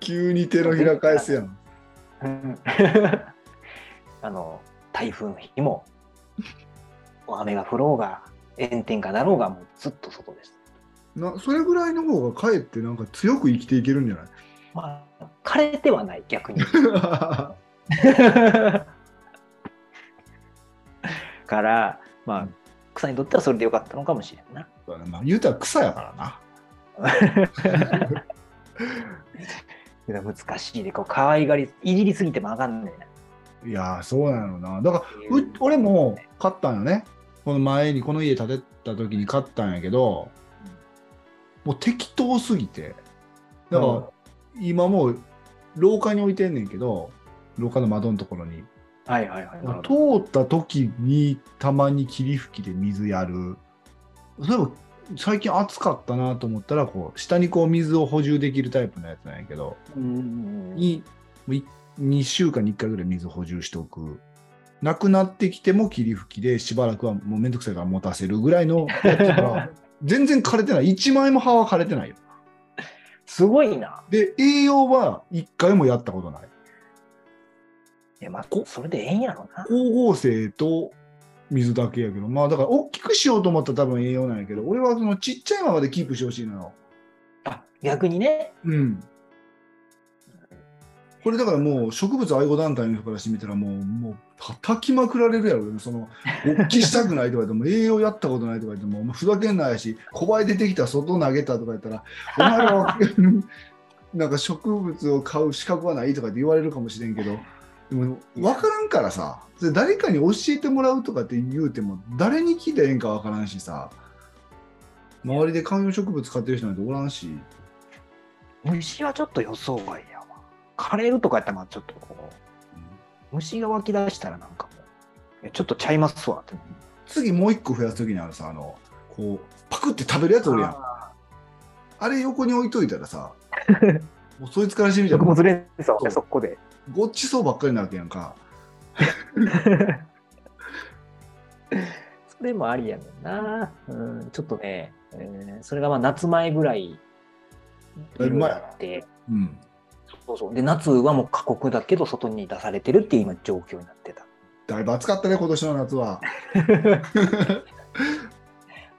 急に手のひら返すやん。
うん <laughs> あの、台風の日も、雨が降ろうが、炎天下だろうが、もうずっと外です。
なそれぐらいの方がかえってなんか強く生きていけるんじゃない
まあ、枯れてはない、逆
<laughs>
に。から、まあ、草にとってはそれでよかったのかもしれんな。
<laughs> まあ言うたら草やからな。
いや難しいで、こう、可愛がり、いじりすぎてもあかんねんな。
いやーそうなのな。だから
う
う俺も買ったんよねこの前にこの家建てた時に買ったんやけどもう適当すぎてだ
うん
から今もう廊下に置いてんねんけど廊下の窓のところに
はいはいはい。なるほど
通った時にたまに霧吹きで水やる例えば最近暑かったなと思ったらこう下にこう水を補充できるタイプのやつなんやけど
うんうんうん
に2週間に1回ぐらい水補充しておく。なくなってきても霧吹きでしばらくはもうめんどくさいから持たせるぐらいのやつだから全然枯れてない1枚も葉は枯れてないよ
<laughs> すごいな。
で栄養は1回もやったことない
いや、まあ
こ、
それでええんやろな。
光合成と水だけやけどまあだから大きくしようと思ったら多分栄養なんやけど俺はそのちっちゃいままでキープしてほしいのよ
あ、逆にね。
うんこれだからもう植物愛護団体の人からしてみたらもうもう叩きまくられるやろねその大きしたくないとか言っても <laughs> 栄養やったことないとか言ってももうふざけんないし小映え出てきた外投げたとか言ったらお前らはなんか植物を買う資格はないとかって言われるかもしれんけどでも分からんからさそれ誰かに教えてもらうとかって言うても誰に聞いたらええんか分からんしさ周りで観葉植物買ってる人なんておらんし。
虫はちょっと予想外やわ。枯れるとかやったら、まあ、ちょっとこう、虫が湧き出したらなんかもう、いやちょっとちゃいますわって。
次もう一個増やす時にあるさあのこうパクって食べるやつおるやんあ
あ
れ横に置いといた
<laughs>
らさもうそいつからしてみ
ー
たら
食物連鎖を
そう
ね、そこで。
ごっちそうばっかりなわけやんか
<laughs> それもありやねんな。うん、ちょっとね、えーそれがまあ夏前ぐらい
だいぶ前やな
って、
うん
そうそう。で、夏はもう過酷だけど、外に出されてるっていう今状況にな <laughs> ってた。
だいぶ暑かったね今年の夏は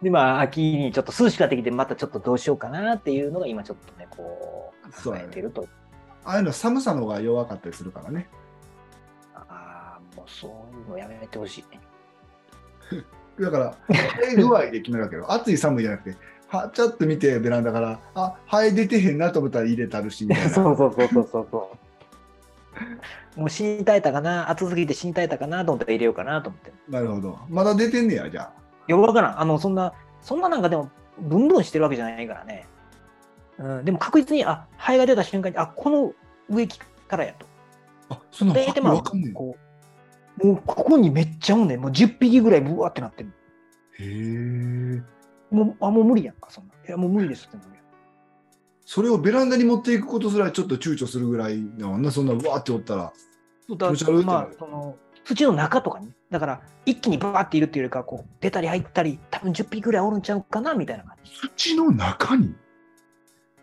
で、まあ、秋にちょっと涼しくなってきて、またちょっとどうしようかなっていうのが今ちょっとね、こう、
そう
考
やね
えてると。
ああいうの寒さの方が弱かったりするからね
ああ、もうそういうのやめてほしい。
だから生え具合で決めるわけよ <laughs> 暑い寒いじゃなくてはちょっと見てベランダからあ生え出てへんなと思ったら入れたるしみたい
<laughs>
な
そうそうそうそうそうそう。もう死に絶えたかな、暑すぎて死に絶えたかなと思って入れようかなと思って。
なるほどまだ出てんねやじゃあ
いや、わからん。あの、そんな、そんななんかでも、ブンブンしてるわけじゃないからね。うん、でも確実に、あ、肺が出た瞬間に、あ、この植木からやと。
あそんな
で、
わ
で、まあ、
かんね
こう、もうここにめっちゃおんねん。もう10匹ぐらいブワーってなってる。
えへえ
もう、あ、もう無理やんか、そんな。いや、もう無理ですってなるやん
それをベランダに持っていくことすらちょっと躊躇するぐらいのあんなそんなわーっておったら
だ
気持ち悪いってなる
まあ、その、土の中とかに、だから、一気にバーっているっていうよりかは、こう、出たり入ったり、多分10匹ぐらいおるんちゃうかな、みたいな感じ。
土の中に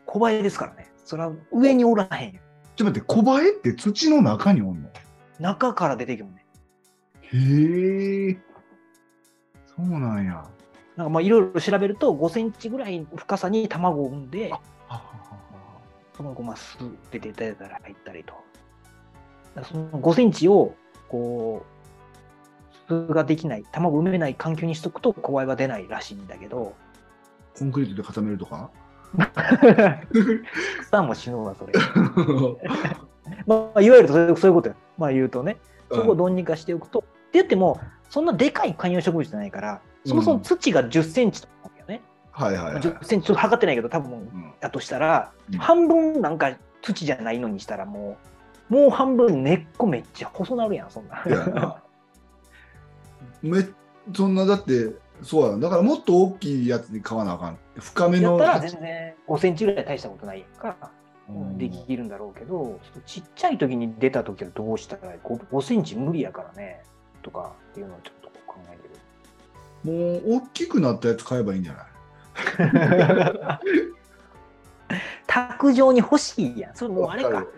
小映えですからね。そら上におらへんよ。
ちょっと待って、小バエって土の中におんの
中から出てきもんね。
へえ。そうなんや。
なんかまあいろいろ調べると5センチぐらいの深さに卵を産んで、その後まあ巣出ていただいたら入ったりと。だからその5センチをこう巣ができない卵を産めない環境にしとくと小バエは出ないらしいんだけ
<laughs>
ど <laughs>
コンクリートで固めると <laughs> か
草も死ぬわそれ。まあ、いわゆるそういうそういうことよ。まあ言うとね。そこをどうにかしておくと。って言っても、そんなでかい観葉植物じゃないから、そもそも土が10センチとかなんだよね。
はいは
ま
いは
あ
い。
10センチちょっと測ってないけど、多分
うん
だとしたら、
うん
半分なんか土じゃないのにしたらもう、もう半分根っこめっちゃ細なるやん、そんな。
いやなめそんなだってそうやんだからもっと大きいやつに買わなあかん深め
や
の
ったら全然5センチぐらい大したことないから、
うん
できるんだろうけど、ちっちゃい時に出た時はどうしたらいい 5, 5センチ無理やからね、とかっていうのをちょっと考えてる。
もう大きくなったやつ買えばいいんじゃない
<laughs> 卓上に欲しいやん。それもうあれ
わ
か
る。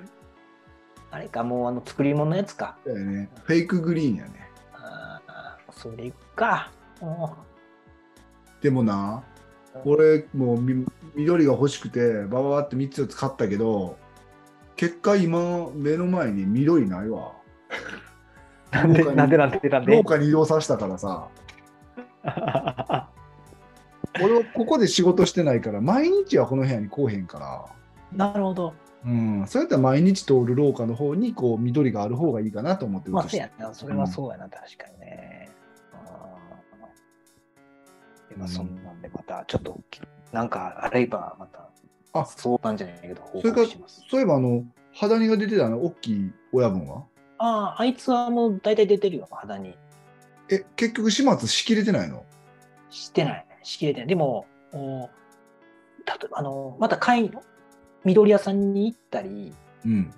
あれか、もうあの作り物のやつか。
だよねフェイクグリーンやね
あーそれか。お
でもな
ー
俺もうみ緑が欲しくてバババって3つ4つ買ったけど結果今目の前に緑ないわ
なんで
農家に
なんでなんでなんで
農家に移動させたからさ
<laughs> な
俺はここで仕事してないから毎日はこの部屋に来おへんから
るほど。
うん、そうやったら毎日通る廊下の方にこう緑がある方がいいかなと思って
まあ、
移し
そう
て
やな。それはそうやな、確かにね。あーでまあ、そんなんで、またちょっと、なんかあれば、また、
あ
そうなんじゃないけど、報
それか
告します。
そういえばあの肌にが出てたあの大きい親分は
ああ、あいつはもう大体出てるよ、肌に。
え結局始末しきれてないの
してない。しきれてない。でも、おたとあのまた買い、緑屋さんに行ったり、
うん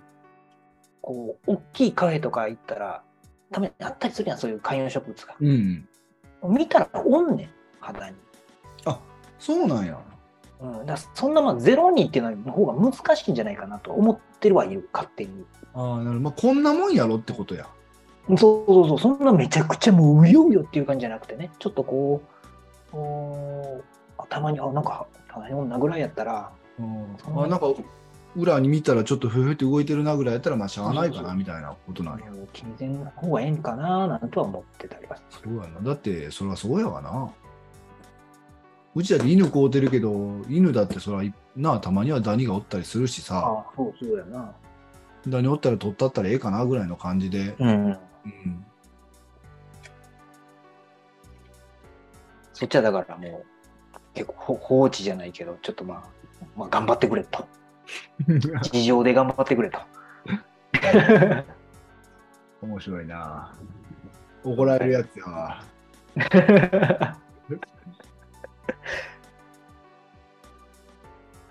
こう、大きいカフェとか行ったら、たまにあったりするやん、そういう観葉植物が。
うん
見たらおんねん、肌に。
そうなんや
うん、だからそんなまあゼロにっていうの方が難しいんじゃないかなと思ってるはいる、勝手に。
ああなるほどまあこんなもんやろってことや
そうそうそう、そんなめちゃくちゃもううようよっていう感じじゃなくてね、ちょっとこう、おーたまに、あ、なんか、たまに女ぐらいやったら、
あなんか裏に見たらちょっとふふって動いてるなぐらいやったらまあしゃあないかなみたいなことなんや
うん気にせん方がええんかななんとは思ってたりはす
そうやなだってそれはそうやわなうちだって犬飼うてるけど犬だってそれはいなあたまにはダニがおったりするしさ
あそうそうやな。
何おったら取ったったらええかなぐらいの感じで、
うん。 <laughs>
うん、
そっちはだからもう、結構ほ放置じゃないけど、ちょっとまあ、まあ、頑張ってくれと。事情で頑張ってく <laughs> れと。
面白いな怒られるやつやわ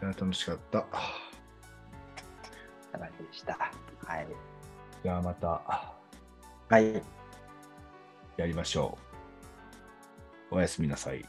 いや楽しかった
そんな感じでした。はい。
じゃあまた
はい。
やりましょうおやすみなさい